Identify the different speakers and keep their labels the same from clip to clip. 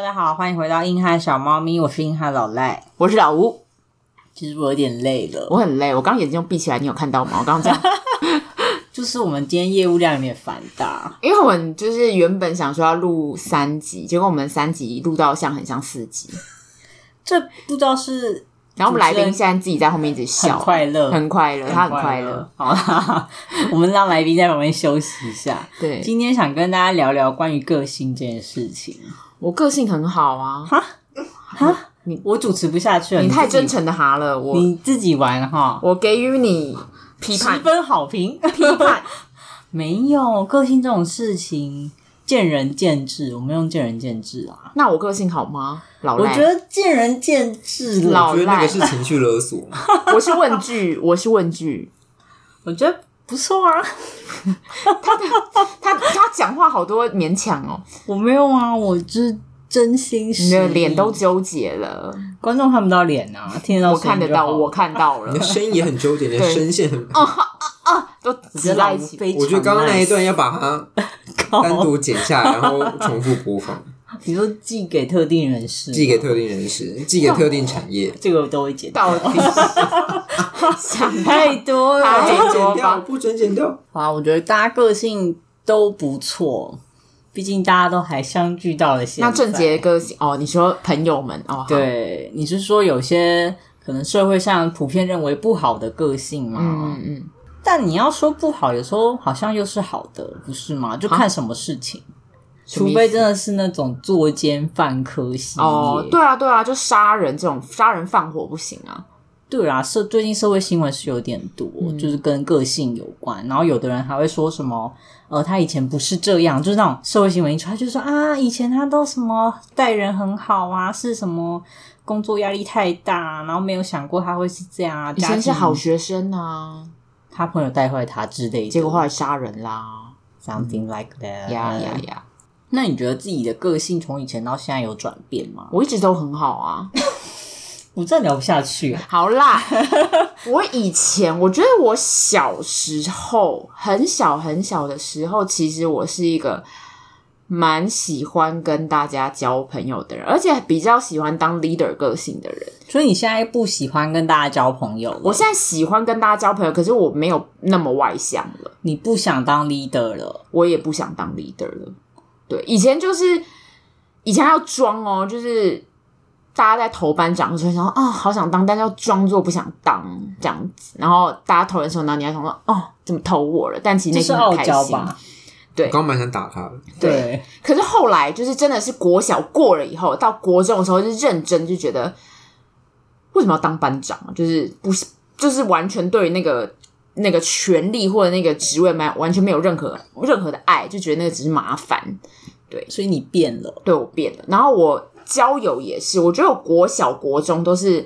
Speaker 1: 家好，欢迎回到硬汉小猫咪，我是硬汉老赖。
Speaker 2: 我是老吴，
Speaker 1: 其实我有点累了，
Speaker 2: 我很累，我刚刚眼睛又闭起来，你有看到吗？我刚刚这 样，
Speaker 1: 就是我们今天业务量有点繁大，
Speaker 2: 因为我们就是原本想说要录三集，结果我们三集录到像很像四集，
Speaker 1: 这不知道是
Speaker 2: 然后我们来宾现在自己在后面一直
Speaker 1: 很
Speaker 2: 笑，
Speaker 1: 快乐，
Speaker 2: 很快乐，他很
Speaker 1: 快
Speaker 2: 快乐，。
Speaker 1: 好 啦，我们让来宾在旁边休息一下。
Speaker 2: 对，
Speaker 1: 今天想跟大家聊聊关于个性这件事情。
Speaker 2: 我个性很好啊，
Speaker 1: 哈哈，我主持不下去了，
Speaker 2: 你太
Speaker 1: 自己
Speaker 2: 真，诚的哈了，我
Speaker 1: 你自己玩哈。
Speaker 2: 我给予你批
Speaker 1: 十
Speaker 2: 判，
Speaker 1: 分好评，
Speaker 2: 批判，
Speaker 1: 没有个性这种事情，见仁见智，我们用见仁见智啊。
Speaker 2: 那我个性好吗？老
Speaker 1: 我
Speaker 2: 赖
Speaker 1: 觉，得见仁见智啦。
Speaker 2: 老
Speaker 3: 我觉得那
Speaker 2: 赖
Speaker 3: 个，是情绪勒索，
Speaker 2: 我是问句， 我是问句，
Speaker 1: 我觉得不错啊，
Speaker 2: 他他讲话好多勉强哦，
Speaker 1: 我没有啊，我就是真心实意。
Speaker 2: 你的脸都纠结了，
Speaker 1: 观众看不到脸啊，听得到
Speaker 2: 我
Speaker 1: 声
Speaker 2: 看
Speaker 1: 音
Speaker 2: 得
Speaker 1: 就
Speaker 2: 到，
Speaker 1: 好
Speaker 2: 我看到了
Speaker 3: 你的。声音也很纠结，你的
Speaker 2: 对
Speaker 3: 声线很。
Speaker 2: 都
Speaker 1: 我觉
Speaker 2: 挤
Speaker 1: 得老
Speaker 2: 在
Speaker 1: 吴
Speaker 2: 一起。
Speaker 1: 非常
Speaker 3: 我觉得刚刚那一
Speaker 1: nice
Speaker 3: 段要把它单独剪下来，然后重复播放，
Speaker 1: 你说寄给特定人士，
Speaker 3: 寄给特定人士，寄给特定产业。
Speaker 1: 这个我都会剪掉，
Speaker 2: 到底 是想
Speaker 1: 太
Speaker 2: 太
Speaker 1: 多
Speaker 2: 太
Speaker 1: 了。
Speaker 2: 多
Speaker 3: 准剪掉，
Speaker 2: 吧
Speaker 3: 不准剪掉。
Speaker 1: 好啊，我觉得大家个性都不错，毕竟大家都还相聚到了现在。
Speaker 2: 那郑杰的个性哦，你说朋友们哦，好，
Speaker 1: 对，你是说有些可能社会上普遍认为不好的个性吗？
Speaker 2: 嗯嗯嗯，
Speaker 1: 但你要说不好，有时候好像又是好的，不是吗？
Speaker 2: 啊
Speaker 1: 就看什么事情，除非真的是那种作奸犯科系列。
Speaker 2: 哦，对啊对啊，就杀人这种杀人放火不行啊，
Speaker 1: 对啦，社最近社会新闻是有点多，
Speaker 2: 嗯
Speaker 1: 就是跟个性有关。然后有的人还会说什么，呃，他以前不是这样，就是那种社会新闻一出，他就说啊，以前他都什么待人很好啊，是什么工作压力太大啊，然后没有想过他会是这样啊，
Speaker 2: 以前
Speaker 1: 家
Speaker 2: 是
Speaker 1: 庭
Speaker 2: 好，学生啊，
Speaker 1: 他朋友带坏他之类的，
Speaker 2: 结果后来杀人啦，
Speaker 1: something like that，
Speaker 2: 呀呀呀！
Speaker 1: 那你觉得自己的个性从以前到现在有转变吗？
Speaker 2: 我一直都很好啊，
Speaker 1: 我真的聊不下去、啊
Speaker 2: 好啦，我以前我觉得我小时候很小很小的时候，其实我是一个蛮喜欢跟大家交朋友的人，而且比较喜欢当 leader 个性的人。
Speaker 1: 所以你现在不喜欢跟大家交朋友了，
Speaker 2: 我现在喜欢跟大家交朋友，可是我没有那么外向了，
Speaker 1: 你不想当 leader 了，
Speaker 2: 我也不想当 leader 了。对，以前就是以前还要装哦，就是。大家在投班长的时候想说啊、好想当，但是要装作不想当这样子。然后大家投的时候，然后你还想说哦，怎么投我了？但其实
Speaker 1: 这
Speaker 2: 内
Speaker 1: 是
Speaker 2: 心
Speaker 1: 傲
Speaker 2: 很开
Speaker 1: 娇
Speaker 2: 心。
Speaker 1: 吧？
Speaker 3: 我刚蛮想打他的，
Speaker 2: 对，
Speaker 1: 对，
Speaker 2: 可是后来就是真的是国小过了以后，到国中的时候就认真就觉得，为什么要当班长啊？就是不是就是完全对于那个那个权利或者那个职位没有完全没有任何任何的爱，就觉得那个只是麻烦。
Speaker 1: 所以你变了，
Speaker 2: 对我变了。然后我交友也是，我觉得我国小、国中都是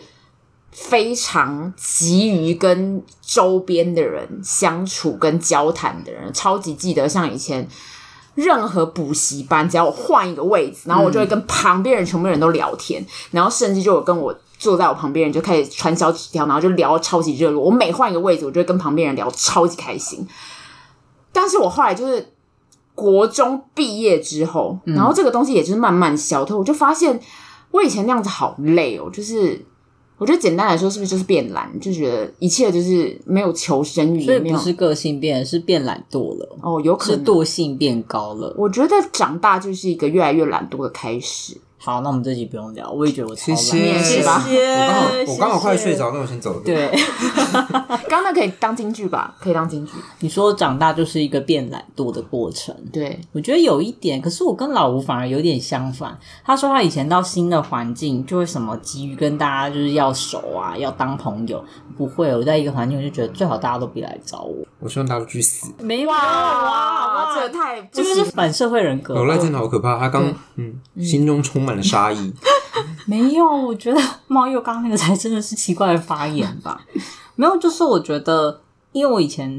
Speaker 2: 非常急于跟周边的人相处、跟交谈的人，超级记得像以前。任何补习班，只要我换一个位置，然后我就会跟旁边人、全部人都聊天，然后甚至就有跟我坐在我旁边人就开始传小纸条，然后就聊超级热络。我每换一个位置，我就会跟旁边人聊超级开心。但是我后来就是国中毕业之后，
Speaker 1: 嗯
Speaker 2: 然后这个东西也就是慢慢消退，我就发现我以前那样子好累哦，就是。我觉得简单来说，是不是就是变懒？就觉得一切就是没有求生欲，
Speaker 1: 所以
Speaker 2: 也没
Speaker 1: 不
Speaker 2: 有
Speaker 1: 是个性变了，是变懒惰了，
Speaker 2: 哦，有可
Speaker 1: 是
Speaker 2: 能
Speaker 1: 惰性变高了。
Speaker 2: 我觉得长大就是一个越来越懒惰的开始。
Speaker 1: 好，那我们这集不用聊，我也觉得我超懒，
Speaker 3: 谢谢
Speaker 2: 你也是吧
Speaker 3: 我刚好
Speaker 1: 谢哎谢
Speaker 3: 我刚好快睡。着，那我先走了。
Speaker 1: 对，
Speaker 2: 刚刚那可以当金句吧？可以当金句。
Speaker 1: 你说长大就是一个变懒惰的过程，
Speaker 2: 对，
Speaker 1: 我觉得有一点，可是我跟老吴反而有点相反。他说他以前到新的环境就会什么急于跟大家就是要熟啊，要当朋友。不会，我在一个环境我就觉得最好大家都别来找我。
Speaker 3: 我希望大家都去死。
Speaker 1: 没有啊哇
Speaker 2: 哦这个太不
Speaker 1: 这个是
Speaker 2: 行。
Speaker 1: 反社会人格
Speaker 3: 老
Speaker 1: 吧。
Speaker 3: 赖真的好可怕，他刚嗯，心中充满了杀意。
Speaker 1: 没有，我觉得猫又刚刚那个才真的是奇怪的发言吧。 没有，就是我觉得，因为我以前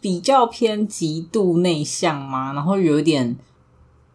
Speaker 1: 比较偏极度内向嘛，然后有一点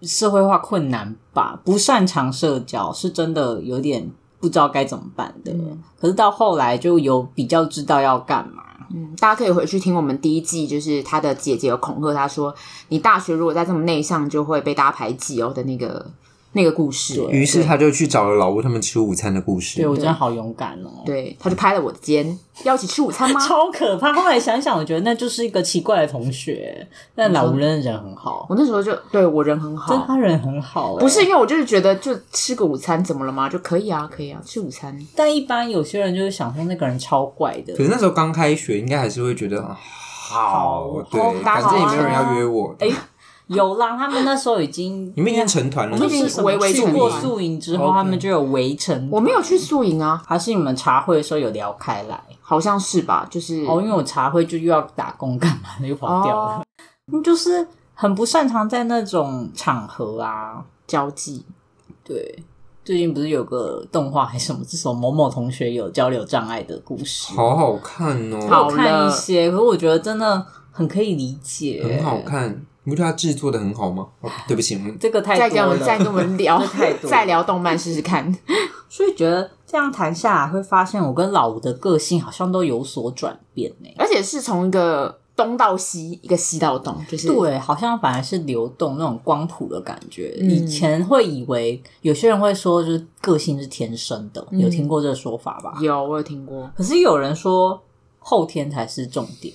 Speaker 1: 社会化困难吧，不擅长社交，是真的有点不知道该怎么办的。可是到后来就有比较知道要干嘛。
Speaker 2: 嗯大家可以回去听我们第一季，就是他的姐姐有恐吓他说：“你大学如果再这么内向，就会被大家排挤哦”的那个那个故事。
Speaker 3: 于是他就去找了老吴他们吃午餐的故事
Speaker 1: 对。我真的好勇敢哦，
Speaker 2: 对，他就拍了我的肩，要一起吃午餐吗？
Speaker 1: 超可怕。后来想想，我觉得那就是一个奇怪的同学，但
Speaker 2: 嗯
Speaker 1: 老吴认人很好，
Speaker 2: 我那时候就对我人很
Speaker 1: 真的
Speaker 2: 好，
Speaker 1: 他人很好、欸
Speaker 2: 不是因为我就是觉得就吃个午餐怎么了吗？就可以啊，可以啊，吃午餐。
Speaker 1: 但一般有些人就是想说那个人超怪的
Speaker 3: 可，是那时候刚开学，应该还是会觉得啊好，对
Speaker 2: 好，搭
Speaker 3: 反正也没有人
Speaker 2: 好啊
Speaker 3: 要约我。
Speaker 1: 哎有啦，他们那时候已经
Speaker 3: 你们已经成团
Speaker 2: 啊
Speaker 3: 了，
Speaker 2: 我们已
Speaker 1: 就
Speaker 2: 经
Speaker 1: 是什么
Speaker 2: 微微
Speaker 1: 去
Speaker 2: 成
Speaker 1: 过
Speaker 2: 团
Speaker 1: 宿营之后，
Speaker 3: OK
Speaker 1: 他们就有围城。
Speaker 2: 我没有去宿营啊，
Speaker 1: 还是你们茶会的时候有聊开来
Speaker 2: 好像是吧？就是
Speaker 1: 哦，因为我茶会就又要打工干嘛的，又跑掉
Speaker 2: 哦
Speaker 1: 了。你就是很不擅长在那种场合啊。
Speaker 2: 交际，
Speaker 1: 对，最近不是有个动画还是什么，这首某某同学有交流障碍的故事，
Speaker 3: 好好看哦，
Speaker 2: 好
Speaker 1: 我看一些，可是我觉得真的很可以理解，
Speaker 3: 很好。看。你不觉得它制作的很好吗？哦对不起，我们
Speaker 1: 这个太
Speaker 2: 再跟
Speaker 1: 多
Speaker 2: 我们再
Speaker 1: 了，
Speaker 2: 跟我们聊
Speaker 1: 太多了
Speaker 2: 再聊动漫试试看。
Speaker 1: 所以觉得这样谈下来，会发现我跟老吴的个性好像都有所转变欸呢、
Speaker 2: 而且是从一个东到西，一个西到东，就是
Speaker 1: 对，好像反而是流动那种光谱的感觉。
Speaker 2: 嗯
Speaker 1: 以前会以为有些人会说，就是个性是天生的，有听过这个说法吧？
Speaker 2: 嗯有我有听过，
Speaker 1: 可是有人说后天才是重点，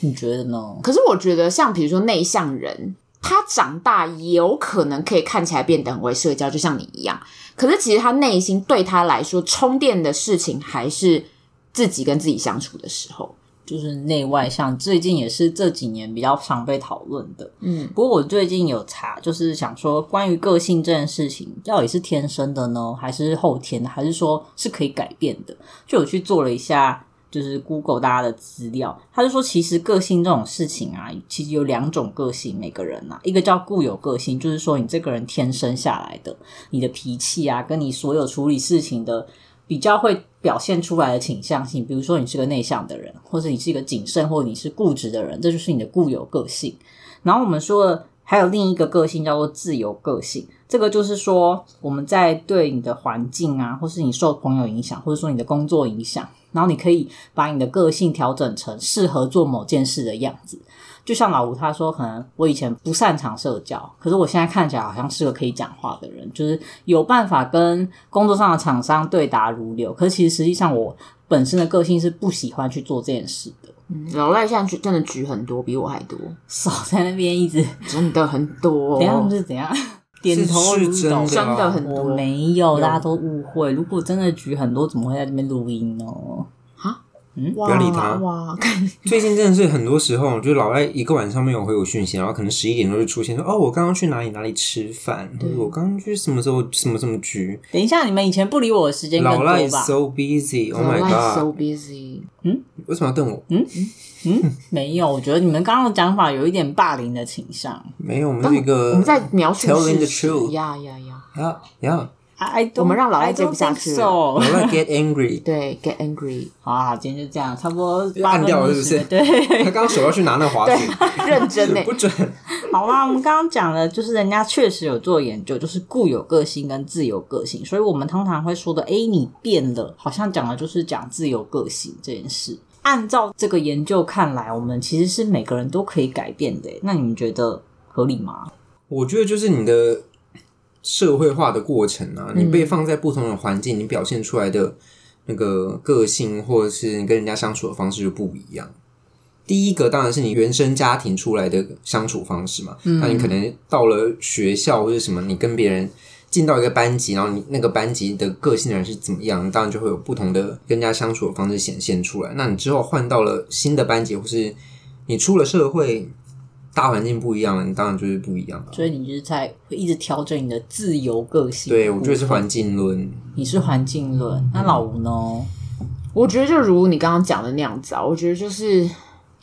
Speaker 1: 你觉得呢？
Speaker 2: 可是我觉得像比如说内向人，他长大也有可能可以看起来变得很会社交，就像你一样。可是其实他内心对他来说充电的事情还是自己跟自己相处的时候。
Speaker 1: 就是内外向，最近也是这几年比较常被讨论的。
Speaker 2: 嗯，
Speaker 1: 不过我最近有查，就是想说关于个性这件事情，到底是天生的呢，还是后天的，还是说是可以改变的？就有去做了一下，就是 Google 大家的资料，他就说其实个性这种事情啊，其实有两种个性，每个人啊，一个叫固有个性，就是说你这个人天生下来的，你的脾气啊，跟你所有处理事情的比较会表现出来的倾向性，比如说你是个内向的人，或者你是一个谨慎，或者你是固执的人，这就是你的固有个性。然后我们说了，还有另一个个性叫做自由个性，这个就是说我们在对你的环境啊，或是你受朋友影响，或者说你的工作影响，然后你可以把你的个性调整成适合做某件事的样子。就像老吴他说，可能我以前不擅长社交，可是我现在看起来好像是个可以讲话的人，就是有办法跟工作上的厂商对答如流。可是其实实际上我本身的个性是不喜欢去做这件事的，
Speaker 2: 嗯老赖现在举真的举很多，比我还多，
Speaker 1: 少在那边一直
Speaker 2: 真的很多、
Speaker 1: 等一下他们是怎样？点头
Speaker 3: 哦是
Speaker 1: 如
Speaker 3: 真
Speaker 1: 捣
Speaker 3: 的，啊
Speaker 2: 真的 很
Speaker 1: 我
Speaker 2: 多。
Speaker 1: 没有，大家都误会。如果真的举很多，怎么会在这边录音呢？
Speaker 2: 哇
Speaker 3: 不要理他
Speaker 2: 哇，
Speaker 3: 最近真的是很多时候，就是老赖一个晚上没有回我讯息，然后可能十一点多就出现说：“哦，我刚刚去哪里哪里吃饭，或
Speaker 2: 嗯
Speaker 3: 者我刚刚去什么时候什么什么局。
Speaker 1: 等一下，你们以前不理我的时”间更
Speaker 3: 老
Speaker 1: 多
Speaker 3: 赖 is
Speaker 1: 吧？
Speaker 3: so busy，Oh
Speaker 2: 老
Speaker 3: my
Speaker 2: 赖 so 嗯
Speaker 3: god！
Speaker 2: busy，
Speaker 3: 为什么要瞪我？
Speaker 1: 没有，我觉得你们刚刚的讲法有一点霸凌的倾向。
Speaker 3: 没有，我们是一个
Speaker 2: 我们在描述
Speaker 3: telling the
Speaker 2: 事实
Speaker 3: truth。
Speaker 2: 呀呀呀！
Speaker 3: 呀呀，
Speaker 1: I don't-
Speaker 2: 我们让老赖
Speaker 1: I don't
Speaker 2: 接不下去了
Speaker 1: think so
Speaker 3: 老赖 get angry，
Speaker 2: 对，get angry，
Speaker 1: 好啊，今天就这样，差不多
Speaker 3: 要按掉了是不是
Speaker 1: 8分20对，
Speaker 3: 他刚刚手要去拿那滑 雪，
Speaker 2: 认真欸呢、
Speaker 3: 不准。
Speaker 1: 好啊啦，我们刚刚讲了，就是人家确实有做研究，就是固有个性跟自由个性，所以我们通常会说的，诶，你变了，好像讲的就是讲自由个性这件事。按照这个研究看来，我们其实是每个人都可以改变的。欸那你们觉得合理吗？
Speaker 3: 我觉得就是你的社会化的过程啊，你被放在不同的环境，你表现出来的那个个性，或者是你跟人家相处的方式就不一样。第一个当然是你原生家庭出来的相处方式嘛，那你可能到了学校或者什么，你跟别人进到一个班级，然后你那个班级的个性的人是怎么样，当然就会有不同的跟人家相处的方式显现出来。那你之后换到了新的班级，或是你出了社会，大环境不一样了，你当然就是不一样了。
Speaker 1: 所以你就是在会一直调整你的自由个性。
Speaker 3: 对，啊我觉得是嗯环境论。
Speaker 1: 你是环境论，那老吴呢？
Speaker 2: 我觉得就如你刚刚讲的那样子啊，我觉得就是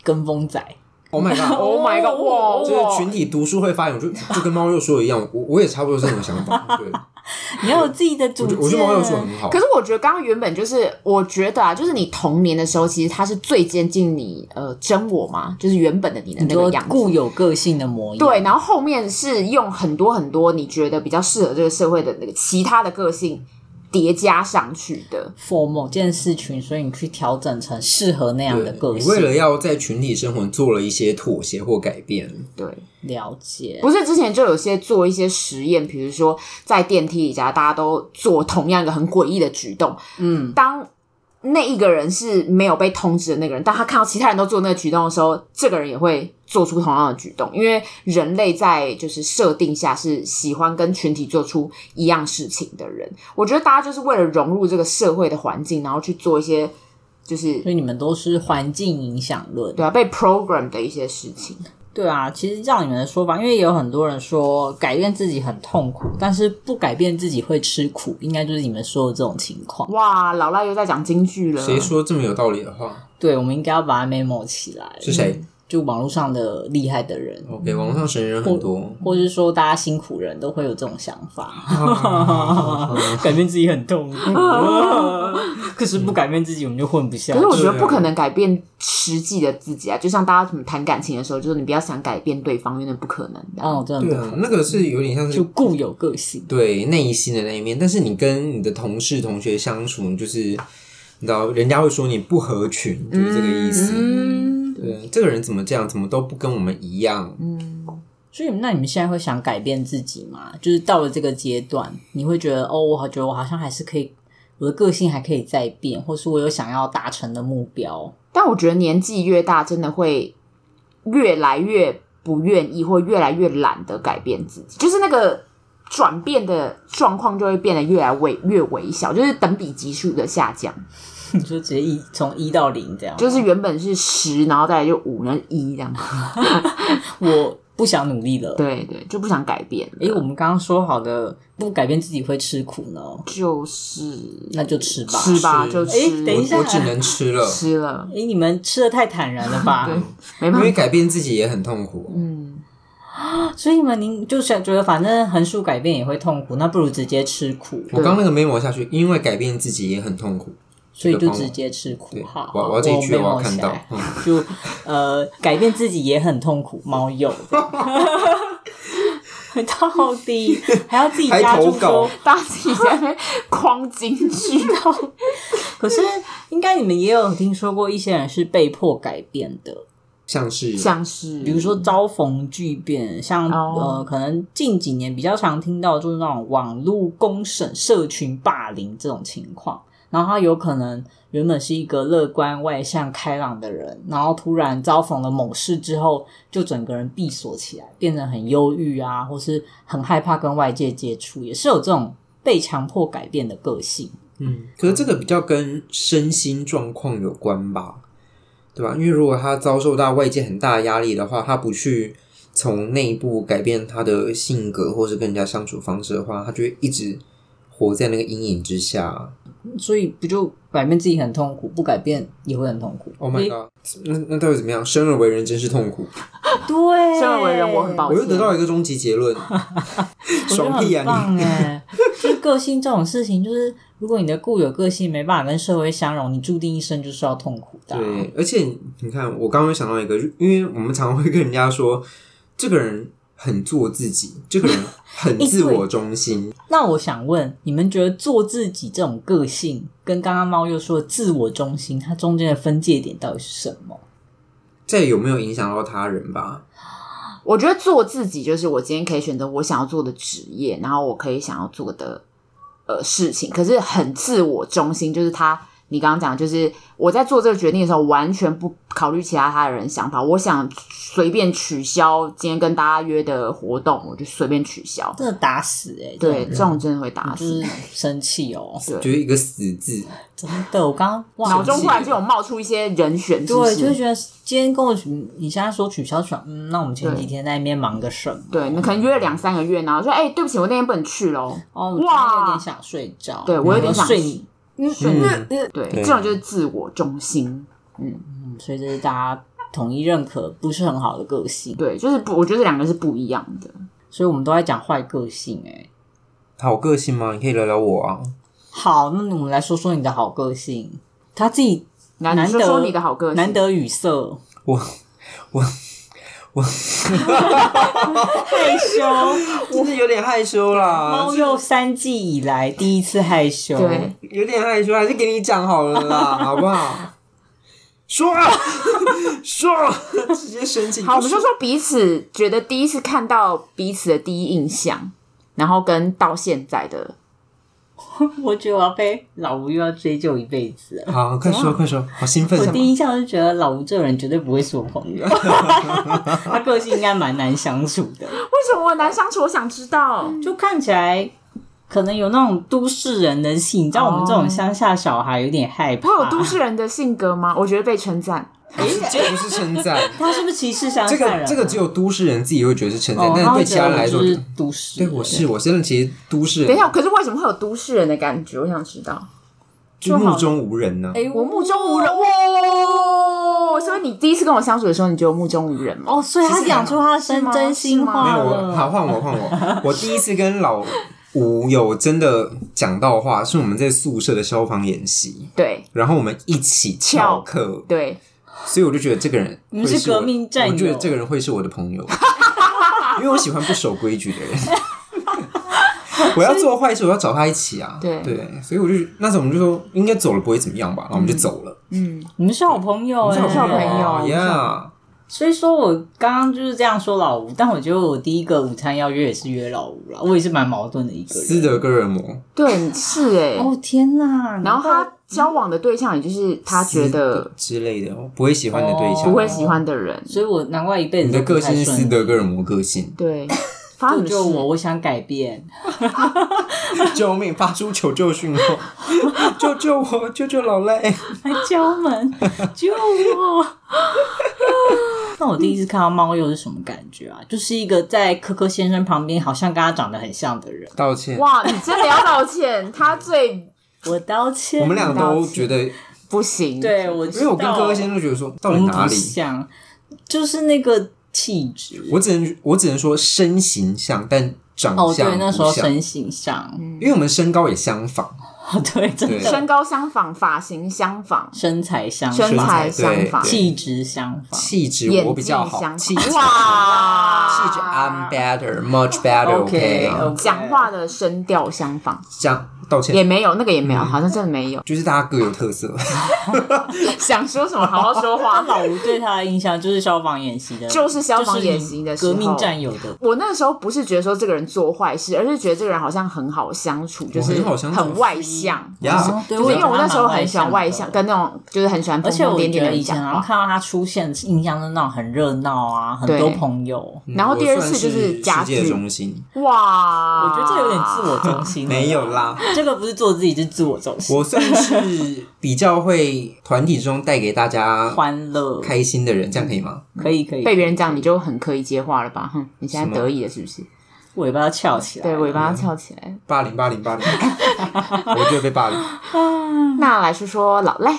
Speaker 1: 跟风仔，
Speaker 3: Oh my god！
Speaker 2: Oh my god！哇，
Speaker 3: 就是群体读书会发言，我就就跟猫肉说的一样，我我也差不多是这种想法。对，
Speaker 1: 你要有自己的主
Speaker 3: 我
Speaker 1: 见
Speaker 3: 觉。得我觉得猫肉说得很好
Speaker 2: 可。是我觉得刚刚原本就是，我觉得啊，就是你童年的时候，其实它是最接近你呃真我嘛，就是原本的你的
Speaker 1: 你
Speaker 2: 那个
Speaker 1: 说
Speaker 2: 样
Speaker 1: 固
Speaker 2: 子。
Speaker 1: 有个性的模样，
Speaker 2: 对，然后后面是用很多很多你觉得比较适合这个社会的那个其他的个性叠加上去的。
Speaker 1: for 某件事情，所以你去调整成适合那样的个
Speaker 3: 对，你
Speaker 1: 性。
Speaker 3: 为了要在群体生活做了一些妥协或改变，
Speaker 2: 对，
Speaker 1: 了解，
Speaker 2: 不是之前就有些做一些实验，比如说在电梯里家，大家都做同样一个很诡异的举动。
Speaker 1: 嗯，
Speaker 2: 当那一个人是没有被通知的那个人，当他看到其他人都做那个举动的时候，这个人也会做出同样的举动，因为人类在就是设定下是喜欢跟群体做出一样事情的人。我觉得大家就是为了融入这个社会的环境，然后去做一些就是
Speaker 1: 所以你们都是环境影响论。
Speaker 2: 对啊被 program 的一些事情。
Speaker 1: 对啊，其实照你们的说法，因为也有很多人说改变自己很痛苦，但是不改变自己会吃苦，应该就是你们说的这种情况。
Speaker 2: 哇，老赖又在讲京剧了，
Speaker 3: 谁说这么有道理的话？
Speaker 1: 对，我们应该要把它 memo 起来。
Speaker 3: 是谁
Speaker 1: 就网络上的厉害的人，
Speaker 2: 嗯
Speaker 3: ？OK，网络上神人很多，
Speaker 1: 或是说大家辛苦人都会有这种想
Speaker 3: 哦
Speaker 1: 法， 改变自己很 痛苦，可是不改变自己我们就混不下
Speaker 2: 可是我
Speaker 1: 去。
Speaker 2: 觉得不可能改变实际的自己啊，就像大家怎么谈感情的时候，就是你不要想改变对方，因为那不可能的。
Speaker 1: 哦，真的
Speaker 3: 对
Speaker 1: 不
Speaker 3: 啊
Speaker 1: 可，
Speaker 3: 那个是有点像
Speaker 1: 就是固有个性。
Speaker 3: 对内心的那一面，但是你跟你的同事、同学相处，你就是你知道，人家会说你不合群，就是这个意思。
Speaker 2: 嗯，
Speaker 3: 对，啊这个人怎么这样，怎么都不跟我们一样，
Speaker 1: 所以，那你们现在会想改变自己吗？就是到了这个阶段，你会觉得哦，我好觉得我好像还是可以，我的个性还可以再变，或是我有想要达成的目标。
Speaker 2: 但我觉得年纪越大，真的会越来越不愿意，或越来越懒得改变自己，就是那个转变的状况就会变得越来微越微小，就是等比级数的下降，
Speaker 1: 你就直接一从一到零这样，
Speaker 2: 就是原本是十，然后再来就五，然后一这样。
Speaker 1: 我不想努力了。
Speaker 2: 对对，就不想改变了。
Speaker 1: 诶，我们刚刚说好的不改变自己会吃苦呢，
Speaker 2: 就是
Speaker 1: 那就吃吧。
Speaker 2: 吃吧，
Speaker 3: 吃
Speaker 2: 就
Speaker 1: 诶
Speaker 2: 吃。
Speaker 1: 等一下
Speaker 3: 我只能吃了，
Speaker 2: 吃了，
Speaker 1: 诶，你们吃的太坦然了 吧？
Speaker 2: 没
Speaker 3: 因
Speaker 2: 办
Speaker 3: 为
Speaker 2: 法。
Speaker 3: 改变自己也很痛苦。
Speaker 2: 嗯，
Speaker 1: 所以你们您就想觉得反正横竖改变也会痛苦，那不如直接吃苦，
Speaker 3: 我刚那个 memo 下去，因为改变自己也很痛苦。
Speaker 1: 所以就
Speaker 3: 这个方法
Speaker 1: 直接吃苦
Speaker 3: 对，。
Speaker 1: 好，
Speaker 3: 我我要这一句
Speaker 1: 没
Speaker 3: 我要
Speaker 1: 有
Speaker 3: 看
Speaker 1: 起
Speaker 3: 到
Speaker 1: 来。
Speaker 3: 嗯
Speaker 1: 就呃，改变自己也很痛苦。猫友， 到底还要自己加注
Speaker 3: 还投
Speaker 1: 说
Speaker 3: 稿，
Speaker 2: 大家自己在那边框京剧，
Speaker 1: 可是应该你们也有听说过一些人是被迫改变的，
Speaker 3: 像 是
Speaker 2: 像是
Speaker 1: 比如说遭逢巨变，像、
Speaker 2: 哦
Speaker 1: 呃，可能近几年比较常听到就是那种网络公审、社群霸凌这种情况。然后他有可能原本是一个乐观、外向、开朗的人，然后突然遭逢了某事之后，就整个人闭锁起来，变得很忧郁啊，或是很害怕跟外界接触，也是有这种被强迫改变的个性。
Speaker 3: 嗯，可是这个比较跟身心状况有关吧，对吧？因为如果他遭受到外界很大的压力的话，他不去从内部改变他的性格或是跟人家相处方式的话，他就会一直活在那个阴影之下。
Speaker 1: 所以不就改变自己很痛苦，不改变也会很痛苦。
Speaker 3: Oh my god！那那到底怎么样？生而为人真是痛苦。
Speaker 1: 对，
Speaker 2: 生而为人我很抱
Speaker 3: 我又得到
Speaker 2: 歉。
Speaker 3: 一个终极 结论，
Speaker 1: 我觉得
Speaker 3: 爽屁
Speaker 1: 很
Speaker 3: 啊
Speaker 1: 棒哎、就是个性这种事情，就是如果你的固有个性没办法跟社会相容，你注定一生就是要痛苦的、啊
Speaker 3: 你！对，而且你看，我刚刚有想到一个，因为我们常会跟人家说，这个人很做自己，这个 人很
Speaker 1: 一
Speaker 3: 自
Speaker 1: 对
Speaker 3: 我中心。
Speaker 1: 那我想问，你们觉得做自己这种个性，跟刚刚猫又说的自我中心，它中间的分界点到底是什么？
Speaker 3: 再有没有影响到他人吧？
Speaker 2: 我觉得做自己就是我今天可以选择我想要做的职业，然后我可以想要做的呃事情，可是很自我中心，就是他。你刚刚讲，就是我在做这个决定的时候，完全不考虑其他他的人想法。我想随便取消今天跟大家约的活动，我就随便取消。
Speaker 1: 真的打死哎、欸！
Speaker 2: 对，这
Speaker 1: 这种
Speaker 2: 种真的会打
Speaker 1: 人就
Speaker 2: 死。
Speaker 1: 是生气 哦，
Speaker 3: 就是一个死字，
Speaker 1: 真的，我刚刚
Speaker 2: 脑
Speaker 1: 哇，
Speaker 2: 中忽然就有冒出一些人选，是不
Speaker 1: 对，
Speaker 2: 是
Speaker 1: 就是觉得今天跟我取你现在说取消取消，嗯，那我们前几天在那边忙个什么？
Speaker 2: 对，你可能约了两三个月，然后说，哎、对不起，我那天不能去喽。
Speaker 1: 哦，我今天有点想睡觉，
Speaker 2: 对我有点想
Speaker 1: 睡你
Speaker 3: 嗯，
Speaker 2: 对，
Speaker 3: 对
Speaker 2: 这种就是自我中心。
Speaker 1: 所以这是大家统一认可不是很好的个性，
Speaker 2: 对，就是不，我觉得这两个是不一样的。
Speaker 1: 所以我们都在讲坏个性、欸。
Speaker 3: 好个性吗？你可以聊聊我啊。
Speaker 1: 好，那我们来说说你的好个性，他自己
Speaker 2: 那你
Speaker 1: 难
Speaker 2: 说
Speaker 1: 得
Speaker 2: 说你的好个性，
Speaker 1: 难得语塞，
Speaker 3: 我我
Speaker 1: 害羞。
Speaker 3: 真的有点害羞啦
Speaker 1: 猫，又三季以来第一次害羞，
Speaker 2: 对，
Speaker 3: 有点害羞，还是给你讲好了 啦，好不好？说啊， 说啊， 直接申请。
Speaker 2: 好，我们就说彼此觉得第一次看到彼此的第一印象，然后跟到现在的
Speaker 1: 我觉得我要被老吴又要追究一辈子了。
Speaker 3: 好，快说快说，好兴奋
Speaker 1: 我
Speaker 3: 什
Speaker 1: 第一
Speaker 3: 么？
Speaker 1: 印象是觉得老吴这个人绝对不会是我朋 友，他个性应该蛮难相处
Speaker 2: 为
Speaker 1: 的，
Speaker 2: 什么我很难相处？我想知道。
Speaker 1: 就看起来可能有那种都市人的性，你知道我们这种乡下小孩有点害怕。
Speaker 2: 我有都市人的性格吗？我觉得被称赞。
Speaker 3: 啊这不是称赞，
Speaker 1: 他是不是歧视乡下
Speaker 3: 这
Speaker 1: 人啊？
Speaker 3: 个这个只有都市人自己会觉得是称赞
Speaker 1: 哦，，
Speaker 3: 但
Speaker 1: 他
Speaker 3: 是
Speaker 1: 会
Speaker 3: 对
Speaker 1: 觉
Speaker 3: 其
Speaker 1: 得
Speaker 3: 他
Speaker 1: 我
Speaker 3: 人来说，
Speaker 1: 就是都市
Speaker 3: 对
Speaker 1: 人。
Speaker 3: 我是我真的其实都市
Speaker 2: 等一
Speaker 3: 人
Speaker 2: 下，可是为什么会有都市人的感觉？我想知道。
Speaker 3: 就目中无人呢。
Speaker 1: 哎，
Speaker 2: 我目中无人，哇、所以你第一次跟我相处的时候，你就目中无人吗？
Speaker 1: 哦，所以他讲出他的
Speaker 2: 是
Speaker 1: 真
Speaker 2: 吗
Speaker 1: 真心
Speaker 3: 没
Speaker 1: 话
Speaker 3: 有我，好
Speaker 1: 了。
Speaker 3: 换我换我。我第一次跟老吴有真的讲到话，是我们在宿舍的消防演习，
Speaker 2: 对
Speaker 3: 然后我们一起翘课，
Speaker 2: 对，
Speaker 3: 所以我就觉得这个人
Speaker 1: 你
Speaker 3: 会
Speaker 1: 们是
Speaker 3: 是我
Speaker 1: 革命战友
Speaker 3: 我觉得这个人会是我的朋友， 因为我喜欢不守规矩的人。 我要做坏事，我要找他一起啊！
Speaker 2: 对
Speaker 3: 所以我就那时候我们就说应该走了不会怎么样吧，然后我们就走了。哦
Speaker 2: 嗯，
Speaker 1: 你们是好朋友哎，
Speaker 2: 们是好朋友我们是
Speaker 3: 呀，
Speaker 1: 所以说我刚刚就是这样说老吴，但我觉得我第一个午餐邀约也是约老吴啦，我也是蛮矛盾的一个人。
Speaker 3: 斯德哥尔摩，
Speaker 2: 对，你是哎、
Speaker 1: 哦天哪！
Speaker 2: 然后
Speaker 1: 难道
Speaker 2: 他交往的对象，也就是他觉得
Speaker 3: 之类的，不会喜欢的对象，
Speaker 1: 哦
Speaker 2: 不会喜欢的人，，
Speaker 1: 所以我难怪一辈
Speaker 3: 你
Speaker 1: 子
Speaker 3: 的
Speaker 1: 都
Speaker 3: 个
Speaker 1: 不太
Speaker 3: 性是斯
Speaker 1: 顺利。
Speaker 3: 德哥尔摩个性
Speaker 2: 对，发生
Speaker 1: 救
Speaker 2: 什么事
Speaker 1: 救我！我想改变。
Speaker 3: 救命！发出求救讯 号，救救我！救救老赖！
Speaker 1: 来敲 门，救我！ 那我第一次看到猫又是什么感觉啊？就是一个在科科先生旁边，好像跟他长得很像的人。
Speaker 3: 道歉，
Speaker 2: 哇，你真的要道歉，他最
Speaker 1: 我道歉，
Speaker 3: 我们俩
Speaker 2: 道
Speaker 3: 都
Speaker 2: 歉
Speaker 3: 觉得，
Speaker 2: 不行。
Speaker 1: 对我
Speaker 3: 因
Speaker 1: 知道，
Speaker 3: 为我跟哥哥先生都觉得说，到
Speaker 1: 我
Speaker 3: 底
Speaker 1: 们
Speaker 3: 哪
Speaker 1: 不
Speaker 3: 里？
Speaker 1: 像，就是那个气质。
Speaker 3: 我只能我只能说身形像，但长
Speaker 1: 哦，
Speaker 3: 相
Speaker 1: 对，那时候
Speaker 3: 不像，
Speaker 1: 身形上，
Speaker 2: 嗯
Speaker 3: 因为我们身高也相仿，
Speaker 1: 哦， 对，真
Speaker 3: 对
Speaker 1: 的
Speaker 2: 身高相仿，发型相仿，
Speaker 1: 身材相
Speaker 2: 身
Speaker 1: 仿，
Speaker 2: 材
Speaker 3: 材
Speaker 2: 相仿，
Speaker 3: 对
Speaker 1: 气质相仿。
Speaker 3: 气质
Speaker 2: 演
Speaker 3: 我
Speaker 2: 技
Speaker 3: 比较好，
Speaker 2: 相
Speaker 3: 气质
Speaker 2: 仿。
Speaker 3: 气质啊 I'm
Speaker 2: 哇，
Speaker 3: better, much better.
Speaker 1: OK，
Speaker 3: OK，
Speaker 1: OK
Speaker 2: 讲话的声调相仿，
Speaker 3: 讲道歉
Speaker 2: 也，没有那个也
Speaker 3: 嗯
Speaker 2: 没有，好像真的没有。
Speaker 3: 就是大家各有特色。
Speaker 2: 想说什么好好说话。
Speaker 1: 老吴对他的印象就是消防演习的，
Speaker 2: 就是消防演习的时候
Speaker 1: 革命战友的
Speaker 2: 我那时候不是觉得说这个人做坏事，而是觉得这个人好像很好相处，就是
Speaker 3: 很好相处
Speaker 2: 很外向。
Speaker 3: 呀
Speaker 1: 哦对
Speaker 2: 就是因为我那时候很喜
Speaker 1: 喜欢
Speaker 2: 欢
Speaker 1: 他
Speaker 2: 外
Speaker 1: 蛮
Speaker 2: 向，
Speaker 1: 的
Speaker 2: 跟那种就是很喜欢
Speaker 1: 而
Speaker 2: 疯
Speaker 1: 且我
Speaker 2: 疯癫癫
Speaker 1: 觉
Speaker 2: 的
Speaker 1: 得
Speaker 2: 人
Speaker 1: 以前啊
Speaker 2: 讲
Speaker 1: 好像
Speaker 2: 话。
Speaker 1: 看到他出现，印象是那种很热闹啊，很多
Speaker 2: 对
Speaker 1: 朋友。
Speaker 2: 然后第二次
Speaker 3: 我算
Speaker 2: 就是
Speaker 3: 是
Speaker 2: 家
Speaker 3: 世界
Speaker 2: 具
Speaker 3: 中心，
Speaker 2: 哇，
Speaker 1: 我觉得这有点自我中心，
Speaker 3: 没有，啦。
Speaker 1: 这个不是做自己，是自我中 心，
Speaker 3: 我算是比较会团体中带给大家
Speaker 1: 欢乐，
Speaker 3: 开心的人，这样可以吗？
Speaker 1: 可以可以，
Speaker 2: 被别人讲你就很可以接话了吧？哼，你现在得意了是不是？
Speaker 1: 尾巴翘起来，
Speaker 2: 对，
Speaker 3: 嗯
Speaker 2: 尾巴翘起来。
Speaker 3: 霸凌，霸凌，霸凌， 我就会被霸凌。
Speaker 2: 那来说说老赖，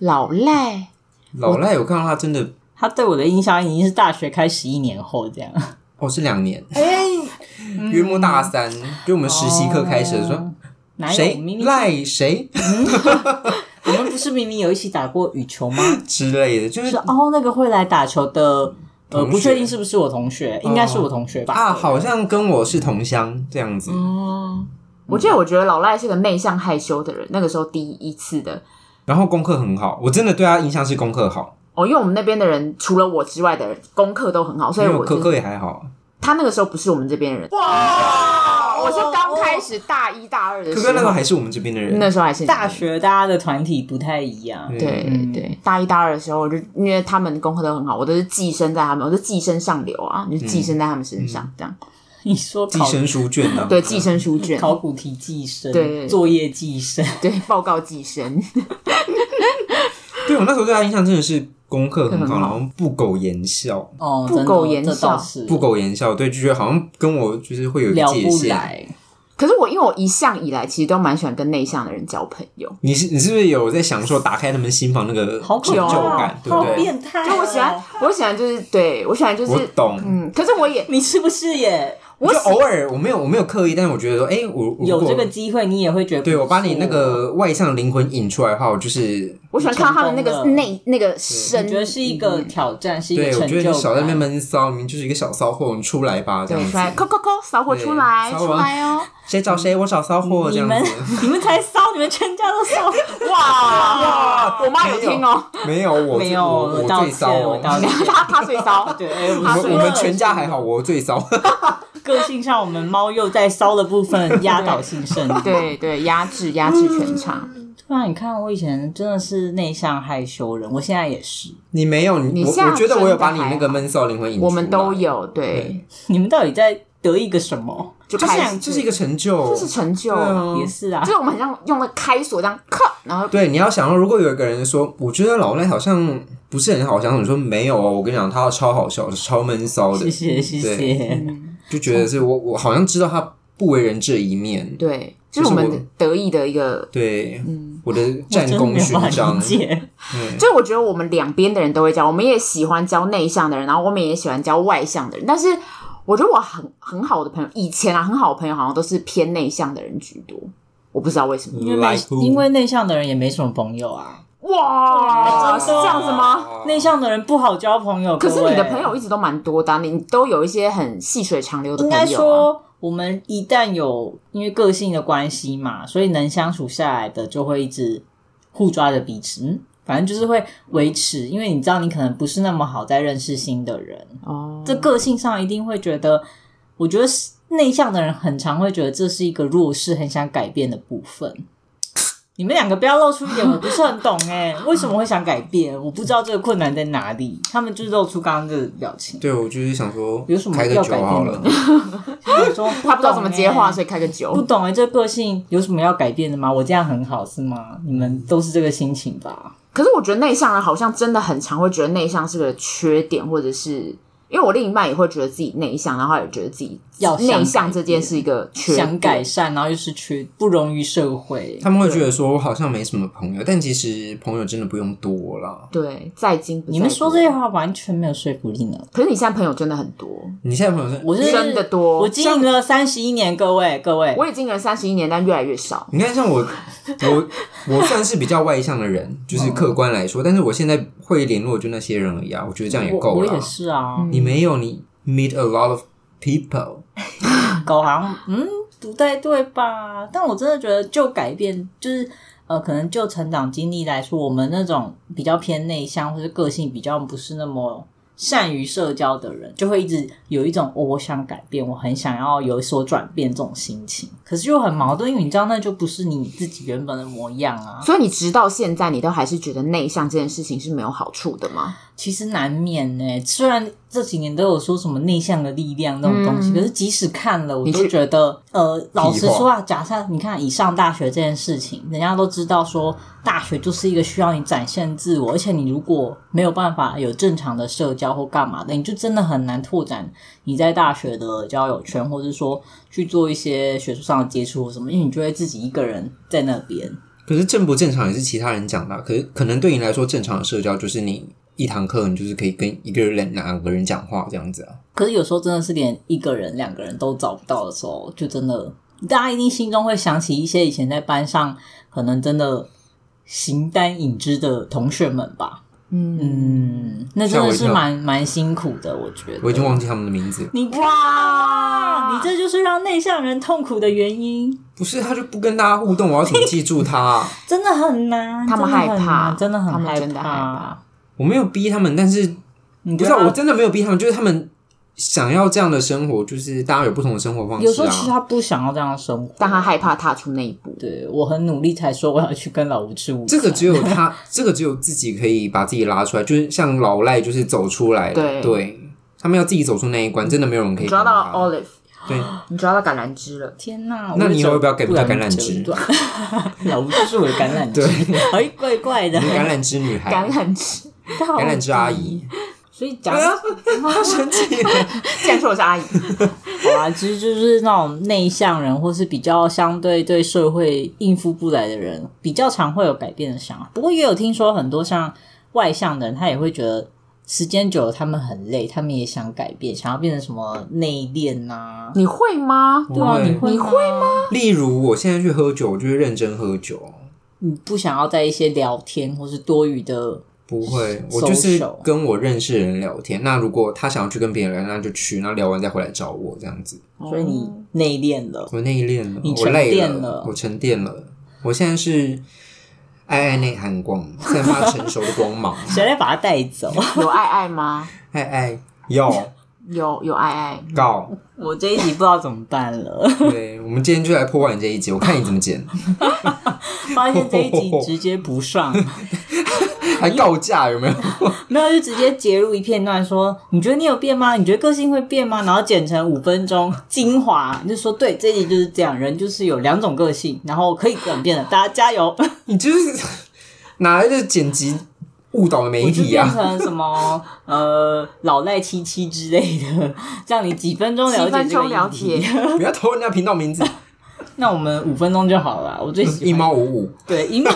Speaker 2: 老
Speaker 3: 嗯
Speaker 2: 赖
Speaker 3: 老赖，我看到他真的，
Speaker 1: 他对我的印象已经是大学开始一年后这样，
Speaker 3: 哦，是两年，
Speaker 2: 哎嗯
Speaker 3: 约莫大三，就我们实习课开始的时
Speaker 2: 哦
Speaker 3: 候，
Speaker 1: 哪有
Speaker 3: 谁
Speaker 1: 明明
Speaker 3: 赖谁
Speaker 1: 我们不是明明有一起打过羽球 吗？
Speaker 3: 之类的，就是是
Speaker 1: 哦，那个会来打球的，呃，
Speaker 3: 同学哦
Speaker 1: 不确定是不是我同学，应该是我同学吧？
Speaker 3: 啊，好像跟我是同乡这样子。
Speaker 2: 哦，我记得我觉得老赖是个内向害羞的人，那个时候第一次的。
Speaker 3: 然后功课很好，我真的对他印象是功课好，
Speaker 2: 哦，因为我们那边的人除了我之外的人功课都很好，所
Speaker 3: 没
Speaker 2: 以
Speaker 3: 有
Speaker 2: 我
Speaker 3: 科
Speaker 2: 就是
Speaker 3: 科也还好，
Speaker 2: 他那个时候不是我们这边人。
Speaker 1: 哦
Speaker 2: 哇，我是刚开始大一大二的
Speaker 3: 科
Speaker 2: 时
Speaker 3: 科那时候
Speaker 2: 候，
Speaker 3: 还是我们这边的
Speaker 2: 那
Speaker 3: 人。
Speaker 2: 时候还是
Speaker 1: 大。学大家的团体不太一样，
Speaker 2: 对对对，大一大二的时候，我就因为他们功课都很好，我都是寄生在他们，我是寄生上流啊，就是寄生在他们身上这样。
Speaker 1: 你说
Speaker 3: 寄
Speaker 1: 考
Speaker 3: 生书卷啊 呢？
Speaker 2: 对，寄生书卷，
Speaker 1: 考古题寄生，
Speaker 2: 对对对
Speaker 1: 作业寄生，
Speaker 2: 对，报告寄生。
Speaker 3: 对我那时候对他印象真的是功课很
Speaker 2: 很好
Speaker 3: 好，然后不苟言笑，
Speaker 1: 哦，
Speaker 2: 不
Speaker 1: 真的
Speaker 2: 苟言笑
Speaker 1: 这倒是
Speaker 3: 不苟言笑，对，就觉得好像跟我就是会有一个
Speaker 1: 聊
Speaker 3: 界
Speaker 1: 不
Speaker 3: 限。
Speaker 1: 来。
Speaker 2: 可是我因为我一向以来其实都蛮喜欢跟内向的人交朋友，
Speaker 3: 你是你是不是有在享受打开他们心房那个
Speaker 1: 好可
Speaker 3: 成
Speaker 1: 怕
Speaker 3: 就
Speaker 1: 哦，
Speaker 3: 感，对不
Speaker 1: 好
Speaker 3: 对？
Speaker 1: 变态、哦！
Speaker 2: 就我喜欢，我喜欢就是对我喜欢就
Speaker 3: 我
Speaker 2: 是
Speaker 3: 懂，
Speaker 2: 嗯，可是我也
Speaker 1: 你是不是也？
Speaker 2: 我
Speaker 3: 就
Speaker 2: 喜
Speaker 3: 偶尔我没有我没有刻意，但是我觉得说，哎、我我
Speaker 1: 有
Speaker 3: 如果
Speaker 1: 这个机会，你也会觉得
Speaker 3: 对我把你那
Speaker 1: 不错
Speaker 3: 个外向灵魂引出来的话，我就是
Speaker 2: 我喜欢看到他们那
Speaker 1: 成
Speaker 2: 个
Speaker 1: 功了
Speaker 2: 内那个深，
Speaker 1: 你觉得是一个挑战，是一个
Speaker 3: 嗯对我
Speaker 1: 成
Speaker 3: 觉得
Speaker 1: 就
Speaker 3: 你少在那边
Speaker 1: 感。
Speaker 3: 闷骚，你就是一个小骚货，你出来吧，这
Speaker 2: 对
Speaker 3: 样
Speaker 2: 出来，
Speaker 3: 子。
Speaker 2: 扣扣扣，扫火
Speaker 3: 对
Speaker 2: 出来，
Speaker 3: 扫
Speaker 2: 出
Speaker 3: 完
Speaker 2: 来哦！
Speaker 3: 谁找谁？我找骚货
Speaker 1: 你
Speaker 3: 这样
Speaker 1: 们
Speaker 3: 子。
Speaker 1: 你们才骚，你们全家都骚，
Speaker 2: 哇，
Speaker 1: 啊
Speaker 2: 我妈有听哦，
Speaker 3: 没有我
Speaker 1: 没有
Speaker 3: 我
Speaker 1: 我道
Speaker 3: 最
Speaker 1: 歉
Speaker 3: 骚
Speaker 1: 我
Speaker 3: 哦。
Speaker 1: 道 歉
Speaker 2: 她她最骚，
Speaker 1: 对，哎
Speaker 3: 我们
Speaker 1: 说
Speaker 3: 我
Speaker 1: 了
Speaker 3: 们全家还好，我最骚。
Speaker 1: 个性上，我们猫又在骚的部分压倒性 胜利。
Speaker 2: 对对，压制压制全场。
Speaker 1: 不然你看，我以前真的是内向害羞人，我现在也是。
Speaker 3: 你没有，你
Speaker 2: 你
Speaker 3: 我
Speaker 2: 下
Speaker 3: 我觉得我有把
Speaker 2: 真
Speaker 3: 你
Speaker 2: 的还好
Speaker 3: 那个闷骚灵魂引出来，
Speaker 2: 我们都有，对，
Speaker 1: 你们到底在得一个什么？
Speaker 2: 就
Speaker 3: 这
Speaker 2: 开始
Speaker 3: 是这是一个成就，
Speaker 2: 这是成就，
Speaker 3: 对啊
Speaker 1: 也是啊
Speaker 2: 就，是我们很像用了开锁这样咔，然后
Speaker 3: 对，你要想，如果有一个人说，我觉得老赖好像不是很好相处，你说没有哦，我跟你讲，他超好笑，超闷骚的
Speaker 1: 谢，谢谢谢。
Speaker 2: 嗯
Speaker 3: 就觉
Speaker 1: 哦
Speaker 3: 得是我我好像知道他不为人这一面，
Speaker 2: 对，就是我
Speaker 3: 就是我
Speaker 2: 们得意的一个，
Speaker 3: 对，我的战
Speaker 1: 嗯真的
Speaker 3: 功
Speaker 1: 没有
Speaker 3: 勋
Speaker 1: 办法
Speaker 3: 章
Speaker 1: 理，解，
Speaker 2: 就是我觉得我们两边的人都会交，我们也喜欢交内向的人，然后我们也喜欢交外向的人，但是。我觉得我很很好的朋友，以前啊很好的朋友好像都是偏内向的人居多，我不知道为什么。
Speaker 1: 因为内
Speaker 3: Like who？
Speaker 1: 因为内向的人也没什么朋友啊，
Speaker 2: 哇，
Speaker 1: 真
Speaker 2: 是
Speaker 1: 的
Speaker 2: 这样子吗？
Speaker 1: 内向的人不好交朋友。
Speaker 2: 啊可是你的
Speaker 1: 各位
Speaker 2: 朋友一直都蛮多的啊、你都有一些很细水长流的
Speaker 1: 应
Speaker 2: 朋友、
Speaker 1: 该
Speaker 2: 啊。
Speaker 1: 说，我们一旦有因为个性的关系嘛，所以能相处下来的就会一直互抓着彼此，嗯反正就是会维持。因为你知道，你可能不是那么好在认识新的人，
Speaker 2: 哦，
Speaker 1: 这个性上一定会觉得，我觉得是内向的人很常会觉得这是一个弱势，很想改变的部分。你们两个不要露出一点，我不是很懂 哎、为什么会想改变？我不知道这个困难在哪里。他们就露出刚刚这个表 情，
Speaker 3: 对我就是想说，
Speaker 1: 有什么
Speaker 3: 开个
Speaker 1: 要
Speaker 3: 酒
Speaker 1: 改
Speaker 3: 好
Speaker 1: 变
Speaker 3: 了
Speaker 1: 的，想说
Speaker 2: 他不知道怎么接话，
Speaker 1: 不懂欸
Speaker 2: 所以开个
Speaker 1: 不
Speaker 2: 酒。
Speaker 1: 懂哎、这个性有什么要改变的吗？我这样很好是吗？你们都是这个心情吧？
Speaker 2: 可是我觉得内向人好像真的很常会觉得内向是个缺点，或者是因为我另一半也会觉得自己内向，然后他也觉得自己
Speaker 1: 要想
Speaker 2: 内向这件是一个缺点。
Speaker 1: 想改善，然后又是缺不融于社会，
Speaker 3: 他们会觉得说我好像没什么朋友，但其实朋友真的不用多啦。
Speaker 2: 对，在精不在
Speaker 1: 你们
Speaker 2: 多
Speaker 1: 说这些，话完全没有说服力呢。
Speaker 2: 可是你现在朋友真的很多，
Speaker 3: 你现在朋友是，
Speaker 1: 我是
Speaker 2: 真的多
Speaker 1: 我经营了三十一年，各位各位，
Speaker 2: 我已经人三十一年，但越来越少。
Speaker 3: 你看，像 我，我我算是比较外向的人，就是客观来说，但是我现在会联络就那些人而已啊，我觉得这样也
Speaker 1: 我
Speaker 3: 够
Speaker 1: 我
Speaker 3: 了
Speaker 1: 也。是啊，
Speaker 3: 你没有，你 meet a lot of people，
Speaker 1: 狗好像嗯不太对吧？但我真的觉得就改变就是。呃，可能就成长经历来说，我们那种比较偏内向，或是个性比较不是那么善于社交的人，就会一直有一种、哦、我想改变，我很想要有所转变这种心情。可是又很矛盾，因为你知道，那就不是你自己原本的模样啊。
Speaker 2: 所以你直到现在，你都还是觉得内向这件事情是没有好处的吗？
Speaker 1: 其实难免呢、虽然这几年都有说什么内向的力量那种东西，
Speaker 2: 嗯
Speaker 1: 可是即使看了，我
Speaker 2: 你
Speaker 1: 都
Speaker 2: 去
Speaker 1: 觉得，呃，老实说啊，假设你看以上大学这件事情，人家都知道说，大学就是一个需要你展现自我，而且你如果没有办法有正常的社交或干嘛的，你就真的很难拓展你在大学的交友圈，或者说去做一些学术上的接触或什么，因为你就会自己一个人在那边。
Speaker 3: 可是正不正常也是其他人讲的啊、可是可能对你来说，正常的社交就是你一堂课你就是可以跟一个人、两个人讲话这样子啊。
Speaker 1: 可是有时候真的是连一个人、两个人都找不到的时候，就真的大家一定心中会想起一些以前在班上可能真的形单影只的同学们吧。嗯，那真的是
Speaker 3: 吓我一跳
Speaker 1: 蛮蛮辛苦的，我觉得。
Speaker 3: 我已经忘记他们的名字了，
Speaker 1: 你哇，
Speaker 2: 哇
Speaker 1: 你这就是让内向人痛苦的原因，
Speaker 3: 不是他就不跟大家互动，我要怎么记住他啊、
Speaker 1: 真的很难。
Speaker 2: 他们
Speaker 1: 真的很
Speaker 2: 害怕
Speaker 1: 难真的
Speaker 2: 他
Speaker 1: 很
Speaker 2: 们
Speaker 1: 害
Speaker 2: 真的害
Speaker 1: 怕
Speaker 2: 怕。
Speaker 3: 我没有逼他们，但是
Speaker 1: 你
Speaker 3: 不
Speaker 1: 跟
Speaker 3: 是、啊、
Speaker 1: 他
Speaker 3: 我真的没有逼他们，就是他们想要这样的生活，就是大家有不同的生活方式啊。
Speaker 1: 有时候其实他不想要这样的生活，
Speaker 2: 但他害怕踏出那一步。
Speaker 1: 对我很努力才说我要去跟老吴吃午餐。
Speaker 3: 这个只有他， 这个只有自己可以把自己拉出来，就是像老赖，就是走出来了
Speaker 2: 对
Speaker 3: 他们要自己走出那一关，真的没有人可以
Speaker 2: 你抓
Speaker 3: 帮
Speaker 2: 到
Speaker 3: 他。
Speaker 2: Olive，
Speaker 3: 对，
Speaker 2: 你抓到橄榄枝了。
Speaker 1: 天呐！
Speaker 3: 那
Speaker 1: 我
Speaker 3: 你以
Speaker 1: 手
Speaker 3: 后要不要改名叫
Speaker 1: 然
Speaker 3: 橄榄
Speaker 1: 折
Speaker 3: 枝
Speaker 1: 断？ 老吴就是我的橄榄枝， 哎，怪怪的
Speaker 3: 你是橄榄枝女孩，
Speaker 2: 橄榄枝，
Speaker 3: 橄
Speaker 1: 橄
Speaker 3: 榄枝阿。姨，
Speaker 1: 所以讲 好
Speaker 3: 她生气了。
Speaker 2: 竟然说我是阿 姨，
Speaker 1: 啊，其实就是那种内向人，或是比较相对对社会应付不来的人，比较常会有改变的想法。不过也有听说很多像外向的人，他也会觉得。时间久了，他们很累，他们也想改变，想要变成什么内敛呐？
Speaker 2: 你会吗？
Speaker 1: 对啊，
Speaker 3: 会
Speaker 1: 你会
Speaker 2: 你
Speaker 1: 吗
Speaker 2: 会
Speaker 3: 例如我现在去喝酒，我就会认真喝酒，
Speaker 1: 你不想要在一些聊天或是多余的
Speaker 3: 不会，
Speaker 1: Social
Speaker 3: 我就是跟我认识的人聊天。那如果他想要去跟别人聊，那就去，那聊完再回来找我这样子。
Speaker 1: 所以你内敛了，
Speaker 3: 我内敛了，
Speaker 1: 你
Speaker 3: 我累
Speaker 1: 沉淀了
Speaker 3: 我沉淀了，我现在是爱爱内涵光，散发成熟的光 芒，
Speaker 1: 谁来把它带走？
Speaker 2: 有爱爱吗？
Speaker 3: 爱爱要
Speaker 2: 有有爱爱，
Speaker 3: 告。
Speaker 1: 我这一集不知道怎么办了，
Speaker 3: 对，我们今天就来破坏你这一集，我看你怎么剪，
Speaker 1: 发现这一集直接不上，
Speaker 3: 还告假 有没有？
Speaker 1: 没有就直接截录一片段说，你觉得你有变吗？你觉得个性会变吗？然后剪成五分钟精华，就说对，这一集就是这样，人就是有两种个性，然后可以转变的，大家加油！
Speaker 3: 你就是哪来的剪辑误导了媒
Speaker 1: 我就
Speaker 3: 体
Speaker 1: 变
Speaker 3: 啊？
Speaker 1: 成什么呃老赖七七之类的，让你几分钟了
Speaker 2: 七
Speaker 1: 解
Speaker 2: 分
Speaker 1: 这个
Speaker 2: 钟
Speaker 1: 议
Speaker 2: 了
Speaker 1: 题。
Speaker 2: 解，
Speaker 3: 不要偷人家频道名字，
Speaker 1: 那我们五分钟就好了啦，我最喜欢
Speaker 3: 一猫五五。
Speaker 1: 对，因 为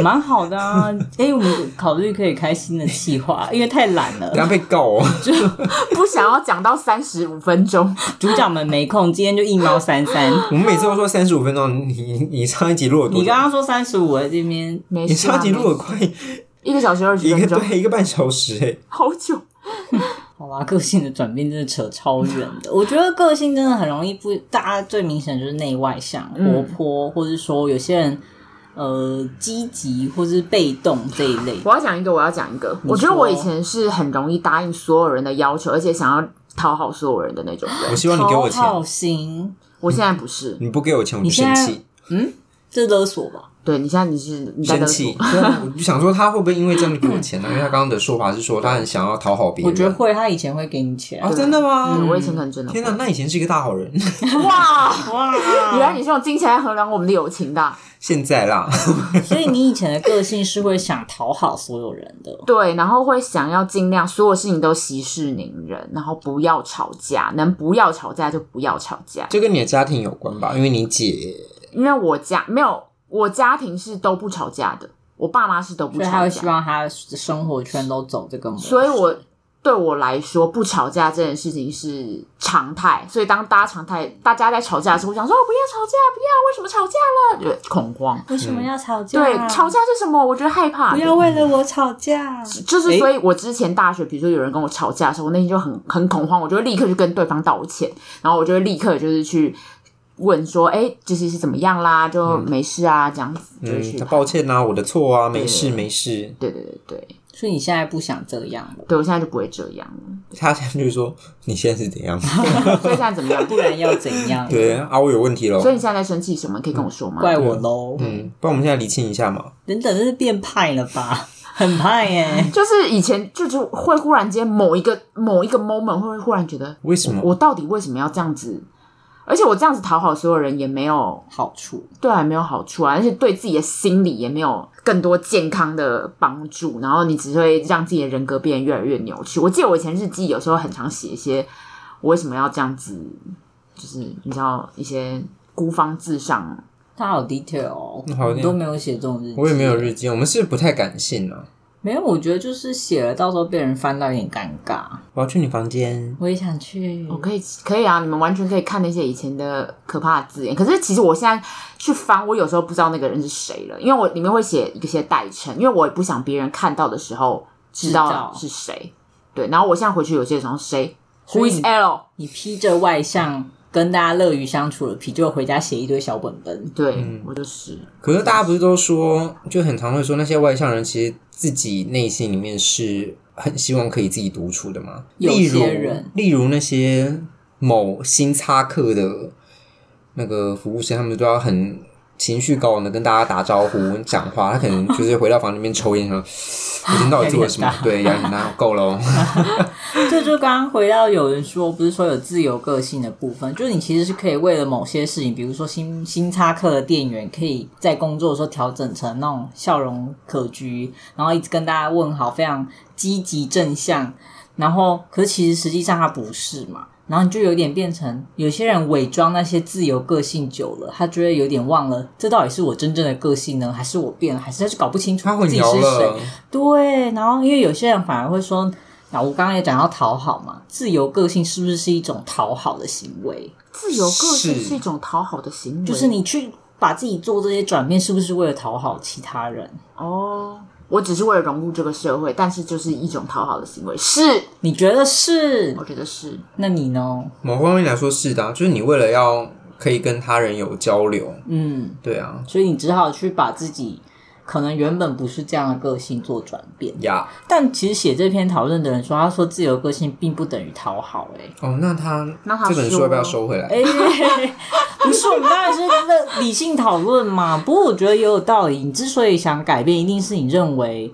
Speaker 1: 蛮好的啊。哎、我们考虑可以开新的计 划，因为太懒 了
Speaker 3: 等，下被告哦，
Speaker 2: 不想要讲到三十五分 钟，
Speaker 1: 组长们没空，今天就一猫三 三。
Speaker 3: 我们每次都说三十五分钟，你你你上一集录了多
Speaker 1: 你
Speaker 3: 久
Speaker 1: 刚？刚说三十五，我这边
Speaker 2: 没
Speaker 3: 你
Speaker 2: 事、啊。
Speaker 3: 上一集录
Speaker 2: 没
Speaker 3: 了
Speaker 2: 事
Speaker 3: 快
Speaker 2: 一个小时二十
Speaker 3: 一个
Speaker 2: 分钟，
Speaker 3: 对一个半小时哎，
Speaker 2: 好久。
Speaker 1: 好啦，个性的转变真的扯超远的。 我觉得个性真的很容易不，大家最明显就是内外向、活
Speaker 2: 嗯
Speaker 1: 泼，或是说有些人呃积极或是被动这一类。
Speaker 2: 我要讲一个，我要讲一个。
Speaker 3: 啊
Speaker 2: 我觉得我以前是很容易答应所有人的要求，而且想要讨好所有人的那种人。
Speaker 3: 我希望你给我
Speaker 1: 讨好
Speaker 3: 钱，
Speaker 1: 型，
Speaker 2: 我现在不是，
Speaker 3: 你不给我钱我就
Speaker 1: 你现
Speaker 3: 生
Speaker 1: 在
Speaker 3: 气
Speaker 1: 这是勒索吧？
Speaker 2: 对你现在你是你在勒
Speaker 3: 生
Speaker 2: 索
Speaker 3: 气。，对啊我就想说他会不会因为这样就给我钱呢？因为他刚刚的说法是说他很想要讨好别人。
Speaker 1: 我觉得会，他以前会给你钱。
Speaker 3: 啊，真的吗？
Speaker 2: 嗯我以前可能真的
Speaker 3: 天哪，啊
Speaker 2: 会。
Speaker 3: 那以前是一个大好人，
Speaker 2: 哇，
Speaker 1: 哇！
Speaker 2: 原来你是用金钱来衡量我们的友情的啊。
Speaker 3: 现在啦，
Speaker 1: 所以你以前的个性是会想讨好所有人的，
Speaker 2: 对，然后会想要尽量所有事情都息事宁人，然后不要吵架，能不要吵架就不要吵架。
Speaker 3: 这跟你的家庭有关吧？因为你姐
Speaker 2: 因为我家没有，我家庭是都不吵架的，我爸妈是都 不
Speaker 1: 所以
Speaker 2: 吵
Speaker 1: 他会
Speaker 2: 架
Speaker 1: 希，望他的生活圈都走这个模式。
Speaker 2: 所以我对我来说不吵架这件事情是常态。所以当大家常态，大家在吵架的时候，我想说、哦、不要吵架，不要，为什么吵架了？就恐慌。
Speaker 1: 为什么要吵
Speaker 2: 嗯
Speaker 1: 架？
Speaker 2: 对，吵架是什么？我觉得害怕。
Speaker 1: 为了我吵架。
Speaker 2: 就是，
Speaker 1: 诶
Speaker 2: 所以我之前大学，比如说有人跟我吵架的时候，我内心就很很恐慌，我就会立刻去跟对方道歉，然后我就会立刻就是去问说，哎、就是是怎么样啦，就没事啊，这样子，就是去
Speaker 3: 嗯，抱歉呐、我的错啊，没事
Speaker 2: 对
Speaker 3: 没事。
Speaker 2: 对对对对，
Speaker 1: 所以你现在不想这样了，
Speaker 2: 对我现在就不会这样了。
Speaker 3: 他现在就说你现在是 怎样？
Speaker 2: 所以现在怎么样？
Speaker 1: 不然要怎样？
Speaker 3: 对啊，我有问题了
Speaker 2: 所。以你现在在生气什么？可以跟我说吗？
Speaker 1: 怪我喽。
Speaker 3: 嗯，不然我们现在厘清一下嘛。
Speaker 1: 等等，这是变派了吧？ 很派耶、
Speaker 2: 就是以前就是会忽然间某一个某一个 moment 会忽然觉得，
Speaker 3: 为什么？
Speaker 2: 我到底为什么要这样子？而且我这样子讨好所有人也没有
Speaker 1: 好处。
Speaker 2: 对还没有好处啊，而且对自己的心理也没有更多健康的帮助，然后你只会让自己的人格变得越来越扭曲。我记得我以前日记有时候很常写一些我为什么要这样子，就是你知道一些孤芳自赏。
Speaker 1: 他好 detail 哦，
Speaker 3: 好
Speaker 1: 你都没有写这种日记，
Speaker 3: 我也没有日记，我们是不太感性啊。
Speaker 1: 没有。我觉得就是写了，到时候被人翻到有点尴尬。
Speaker 3: 我要去你房间，
Speaker 1: 我也想去，
Speaker 2: 我可以可以啊，你们完全可以看那些以前的可怕的字眼。可是其实我现在去翻，我有时候不知道那个人是谁了，因为我里面会写一些代称，因为我也不想别人看到的时候知
Speaker 1: 知
Speaker 2: 道
Speaker 1: 道
Speaker 2: 是谁。对，然后我现在回去有些时候谁
Speaker 1: 所
Speaker 2: ，Who
Speaker 1: 以
Speaker 2: is
Speaker 1: 你
Speaker 2: L？
Speaker 1: 你披着外向，跟大家乐于相处的皮，就回家写一堆小本本。
Speaker 2: 对、我就是，
Speaker 3: 可是大家不是都说，就很常会说那些外向人其实自己内心里面是很希望可以自己独处的嘛。
Speaker 1: 有
Speaker 3: 例如
Speaker 1: 些人，
Speaker 3: 例如那些某新插客的那个服务生，他们都要很情绪高昂的跟大家打招呼、讲话。他可能就是回到房里面抽烟，说：“啊我今天到底做了什么
Speaker 1: 压力？”
Speaker 3: 对，压力很大，够了哦。
Speaker 1: 这就刚刚回到有人说，不是说有自由个性的部分，就是你其实是可以为了某些事情，比如说新新插客的店员，可以在工作的时候调整成那种笑容可掬，然后一直跟大家问好，非常积极正向。然后，可是其实实际上他不是嘛。然后你就有点变成有些人伪装那些自由个性久了，他就会有点忘了这到底是我真正的个性呢，还是我变了，还是他就搞不清楚
Speaker 3: 他
Speaker 1: 自
Speaker 3: 混
Speaker 1: 己
Speaker 3: 淆
Speaker 1: 是谁
Speaker 3: 了。。
Speaker 1: 对，然后因为有些人反而会说，啊，我刚刚也讲到讨好嘛，自由个性是不是是一种讨好的行为？
Speaker 2: 自由个性
Speaker 3: 是
Speaker 2: 是一种讨好的行为，
Speaker 1: 就是你去把自己做这些转变，是不是为了讨好其他人？
Speaker 2: 哦，我只是为了融入这个社会，但是就是一种讨好的行为，是，
Speaker 1: 你觉得是
Speaker 2: 我？觉得是，
Speaker 1: 那你呢？
Speaker 3: 某方面来说是的啊、就是你为了要可以跟他人有交流，
Speaker 1: 嗯，
Speaker 3: 对啊，
Speaker 1: 所以你只好去把自己可能原本不是这样的个性做转变。
Speaker 3: 呀、
Speaker 1: 但其实写这篇讨论的人说，他说自由个性并不等于讨好、欸，
Speaker 3: 哦，那他
Speaker 2: 那他
Speaker 3: 这本书
Speaker 2: 说
Speaker 3: 要不要收回来？
Speaker 1: 哎、 不是，我们当然是那理性讨论嘛。不过我觉得也有道理。你之所以想改变，一定是你认为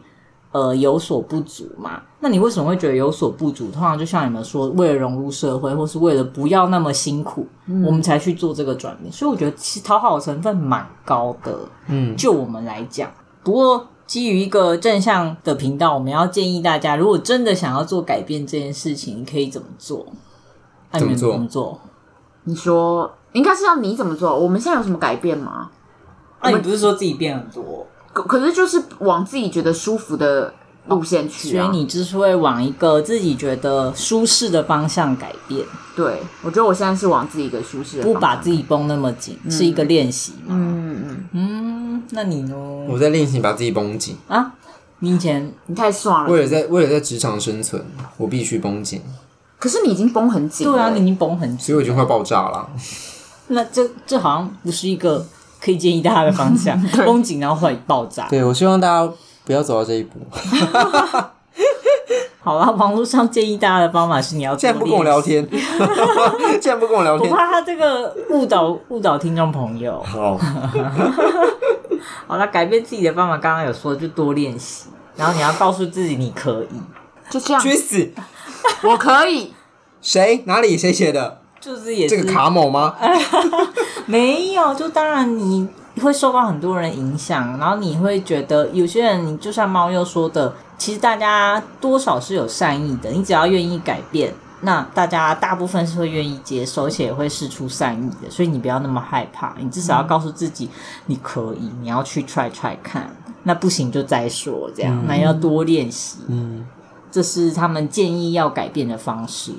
Speaker 1: 呃有所不足嘛。那你为什么会觉得有所不足？通常就像你们说，为了融入社会，或是为了不要那么辛苦，我们才去做这个转变。所以我觉得其实讨好的成分蛮高的。
Speaker 3: 嗯，
Speaker 1: 就我们来讲，不过基于一个正向的频道，我们要建议大家，如果真的想要做改变这件事情，你可以怎么做？啊你们
Speaker 3: 怎么做
Speaker 1: 怎么做？
Speaker 2: 你说应该是要你怎么做？我们现在有什么改变吗？
Speaker 1: 那、你不是说自己变很多，
Speaker 2: 可可是就是往自己觉得舒服的路线去、
Speaker 1: 所
Speaker 2: 啊，
Speaker 1: 以你就是会往一个自己觉得舒适的方向改变，
Speaker 2: 对我觉得我现在是往自己一个舒适的
Speaker 1: 不
Speaker 2: 方向，
Speaker 1: 把自己绷那么紧，是一个练习嘛。
Speaker 2: 嗯嗯嗯，
Speaker 1: 嗯，那你呢？
Speaker 3: 我在练习把自己绷紧，
Speaker 1: 啊，你以前
Speaker 2: 你太爽了
Speaker 3: 为，了在为了在职场生存，我必须绷紧，
Speaker 2: 可是你已经绷很紧了，
Speaker 1: 对啊，你已经绷很紧，
Speaker 3: 所以我已经快爆炸了。啊
Speaker 1: 那这这好像不是一个可以建议大家的方 向，绷紧然后会爆炸。
Speaker 3: 对，我希望大家不要走到这一步。
Speaker 1: 好啦，网络上建议大家的方法是你要
Speaker 3: 竟然不跟我聊
Speaker 1: 天，
Speaker 3: 天，竟然不跟我聊
Speaker 1: 我
Speaker 3: 天。
Speaker 1: 怕他这个误导误导听众朋友。
Speaker 3: 好，
Speaker 1: 好啦，改变自己的方法，刚刚有说就多练习，然后你要告诉自己你可以，
Speaker 2: 就这样，
Speaker 3: 去死！
Speaker 2: 我可以，
Speaker 3: 谁？哪里？谁写的？
Speaker 1: 就是也
Speaker 3: 这
Speaker 1: 是
Speaker 3: 个卡某吗？
Speaker 1: 没有，就当然你会受到很多人影响，然后你会觉得有些人，你就像猫又说的，其实大家多少是有善意的，你只要愿意改变，那大家大部分是会愿意接受，而且也会试出善意的，所以你不要那么害怕，你至少要告诉自己你可以，你要去 try try 看，那不行就再说，这样，那要多练习，
Speaker 3: 嗯，
Speaker 1: 这是他们建议要改变的方式。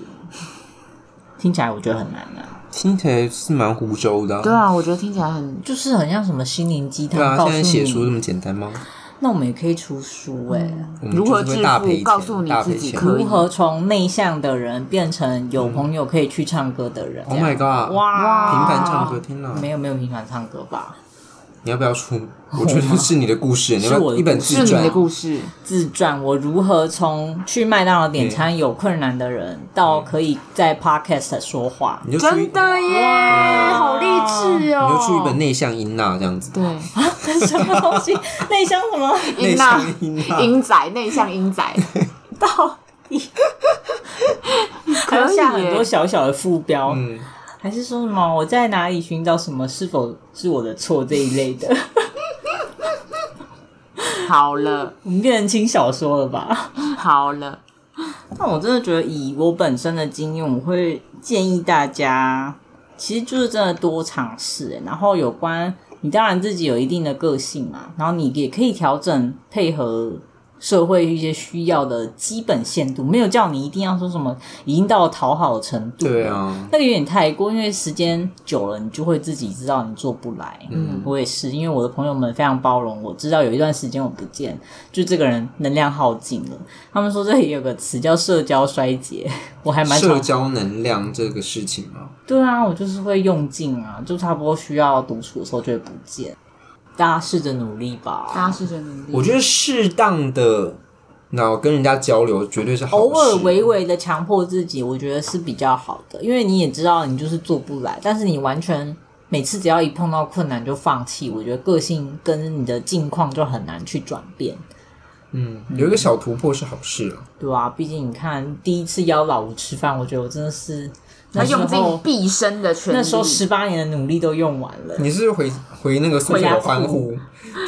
Speaker 1: 听起来我觉得很难啊。
Speaker 3: 听起来是蛮湖州的啊、
Speaker 2: 对啊，我觉得听起来很，
Speaker 1: 就是很像什么心灵鸡汤，
Speaker 3: 对啊，
Speaker 1: 告诉
Speaker 3: 现在
Speaker 1: 你，
Speaker 3: 写书这嗯么简单吗？
Speaker 1: 那我们也可以出书哎、
Speaker 3: 我们
Speaker 2: 如何
Speaker 3: 就是会
Speaker 2: 致
Speaker 3: 大
Speaker 2: 富
Speaker 3: 赔钱
Speaker 2: 告诉你
Speaker 3: 大赔
Speaker 2: 自己
Speaker 3: 钱
Speaker 2: 可以
Speaker 1: 如何从内向的人变成有朋友可以去唱歌的人
Speaker 3: Oh my god！
Speaker 1: 哇，
Speaker 3: 频繁唱歌，天哪！
Speaker 1: 没有没有频繁唱歌吧，
Speaker 3: 你要不 要出？我觉得是你的故事，你要
Speaker 1: 是
Speaker 3: 不
Speaker 1: 我
Speaker 3: 要
Speaker 1: 的
Speaker 3: 一本
Speaker 1: 故
Speaker 2: 是
Speaker 3: 自
Speaker 2: 你
Speaker 3: 传
Speaker 2: 的？故事，
Speaker 1: 自传我如何从去麦当劳点餐有困难的人，到可以在 podcast 说话。
Speaker 3: 你就出一
Speaker 2: 真的耶，好励志
Speaker 3: 你
Speaker 2: 哦，
Speaker 3: 就出一本内向音娜这样子，
Speaker 2: 对。
Speaker 1: 什么东 西？内向什么？
Speaker 2: 英
Speaker 3: 向
Speaker 2: 娜
Speaker 3: 英娜
Speaker 2: 英仔，啊内向英仔，
Speaker 1: 到 底还
Speaker 2: 可
Speaker 1: 要
Speaker 2: 以
Speaker 1: 下很多
Speaker 2: 耶
Speaker 1: 小小的副标，
Speaker 3: 嗯，
Speaker 1: 还是说什么我在哪里寻找什么？是否是我的错这一类 的？
Speaker 2: 好了，
Speaker 1: 我们变成轻小说了吧？
Speaker 2: 好了，
Speaker 1: 那我真的觉得，以我本身的经验，我会建议大家，其实就是真的多尝试、欸然后有关你，当然自己有一定的个性嘛，然后你也可以调整配合社会一些需要的基本限度，没有叫你一定要说什么已经到讨好的程度。
Speaker 3: 对。啊，
Speaker 1: 那个有点太过，因为时间久了，你就会自己知道你做不来。
Speaker 3: 嗯
Speaker 1: 我也是，因为我的朋友们非常包容，我知道有一段时间我不见，就这个人能量耗尽了。他们说这里有个词叫社交衰竭， 我还蛮
Speaker 3: 社
Speaker 1: 常
Speaker 3: 交能量这个事情嘛，
Speaker 1: 对啊，我就是会用尽啊，就差不多需要独处的时候就会不见。大家试着努力吧，
Speaker 2: 大家试着努力。
Speaker 3: 我觉得适当的，那我跟人家交流绝对是好事。
Speaker 1: 偶尔微微的强迫自己，我觉得是比较好的，因为你也知道你就是做不来，但是你完全每次只要一碰到困难就放弃，我觉得个性跟你的境况就很难去转变。
Speaker 3: 嗯，有一个小突破是好事啊。
Speaker 1: 对啊，毕竟你看第一次邀老吴吃饭，我觉得我真的是
Speaker 2: 他
Speaker 1: 那时
Speaker 2: 用尽
Speaker 1: 候
Speaker 2: 毕生的全力。
Speaker 1: 那时候十八年的努力都用完了。
Speaker 2: 嗯
Speaker 3: 你是回回那个宿舍
Speaker 1: 回家
Speaker 3: 的欢呼，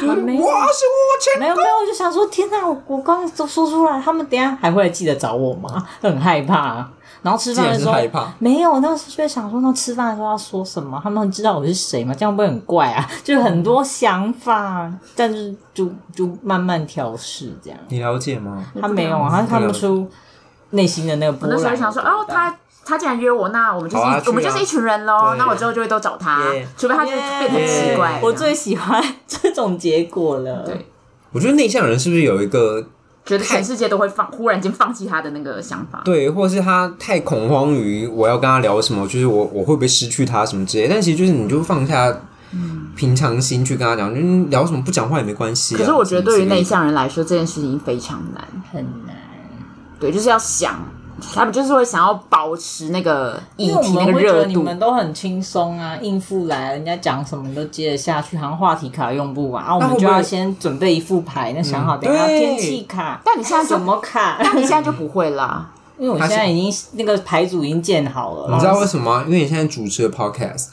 Speaker 3: 就是哇，是我
Speaker 1: 没有
Speaker 3: 前
Speaker 1: 没有没有，我就想说，天哪！我我刚才都说出来，他们等一下还会来记得找我吗？ 很害怕、然后吃饭的时候
Speaker 3: 竟然是害怕
Speaker 1: 没有，那时候就会想说，那吃饭的时候要说什么？他们会知道我是谁吗？这样会不会很怪啊？ 就是很多想法，但是就就慢慢调试这样。
Speaker 3: 你了解吗？
Speaker 1: 他没
Speaker 2: 嗯
Speaker 1: 有啊，他看不出内心的那个
Speaker 2: 我
Speaker 1: 波
Speaker 2: 那时候
Speaker 1: 澜。
Speaker 2: 想说，哦，他他竟然约我，那我们就是一、
Speaker 3: 好啊
Speaker 2: 我们
Speaker 3: 去
Speaker 2: 就
Speaker 3: 啊
Speaker 2: 是一群人喽。
Speaker 3: 对
Speaker 2: 那我之后就会都找他
Speaker 3: Yeah
Speaker 2: 除非他就变得很奇怪。
Speaker 1: 我
Speaker 2: 这样
Speaker 1: 最喜欢这种结果了。
Speaker 2: 对
Speaker 3: 我觉得内向人是不是有一个
Speaker 2: 觉得全世界都会放，忽然间放弃他的那个想法。
Speaker 3: 对，啊或是他太恐慌于我要跟他聊什么，就是我我会不会失去他什么之类的？但其实就是你就放下
Speaker 2: 嗯
Speaker 3: 平常心去跟他讲，就是聊什么不讲话也没关系、啊。
Speaker 2: 可是我觉得对于内
Speaker 3: 什么
Speaker 2: 向人来说，这件事情非常难。
Speaker 1: 很难。
Speaker 2: 对，就是要想，他们就是会想要保持那个议
Speaker 1: 因为我
Speaker 2: 题那
Speaker 1: 们
Speaker 2: 个
Speaker 1: 会觉
Speaker 2: 热
Speaker 1: 得你
Speaker 2: 度。
Speaker 1: 们都很轻松啊，应付来，人家讲什么你都接得下去，好像话题卡用不完啊，我
Speaker 3: 会
Speaker 1: 们
Speaker 3: 不会
Speaker 1: 就要先准备一副牌，那想好
Speaker 2: 嗯
Speaker 1: 等一下
Speaker 3: 对
Speaker 1: 天气卡，
Speaker 2: 但你现在就
Speaker 1: 什么 卡？
Speaker 2: 但你现在就不会啦，
Speaker 1: 因为我现在已经那个牌组已经建好了，
Speaker 3: 之类的。你知道
Speaker 1: 然后
Speaker 3: 为什么吗？因为你现在主持的 podcast，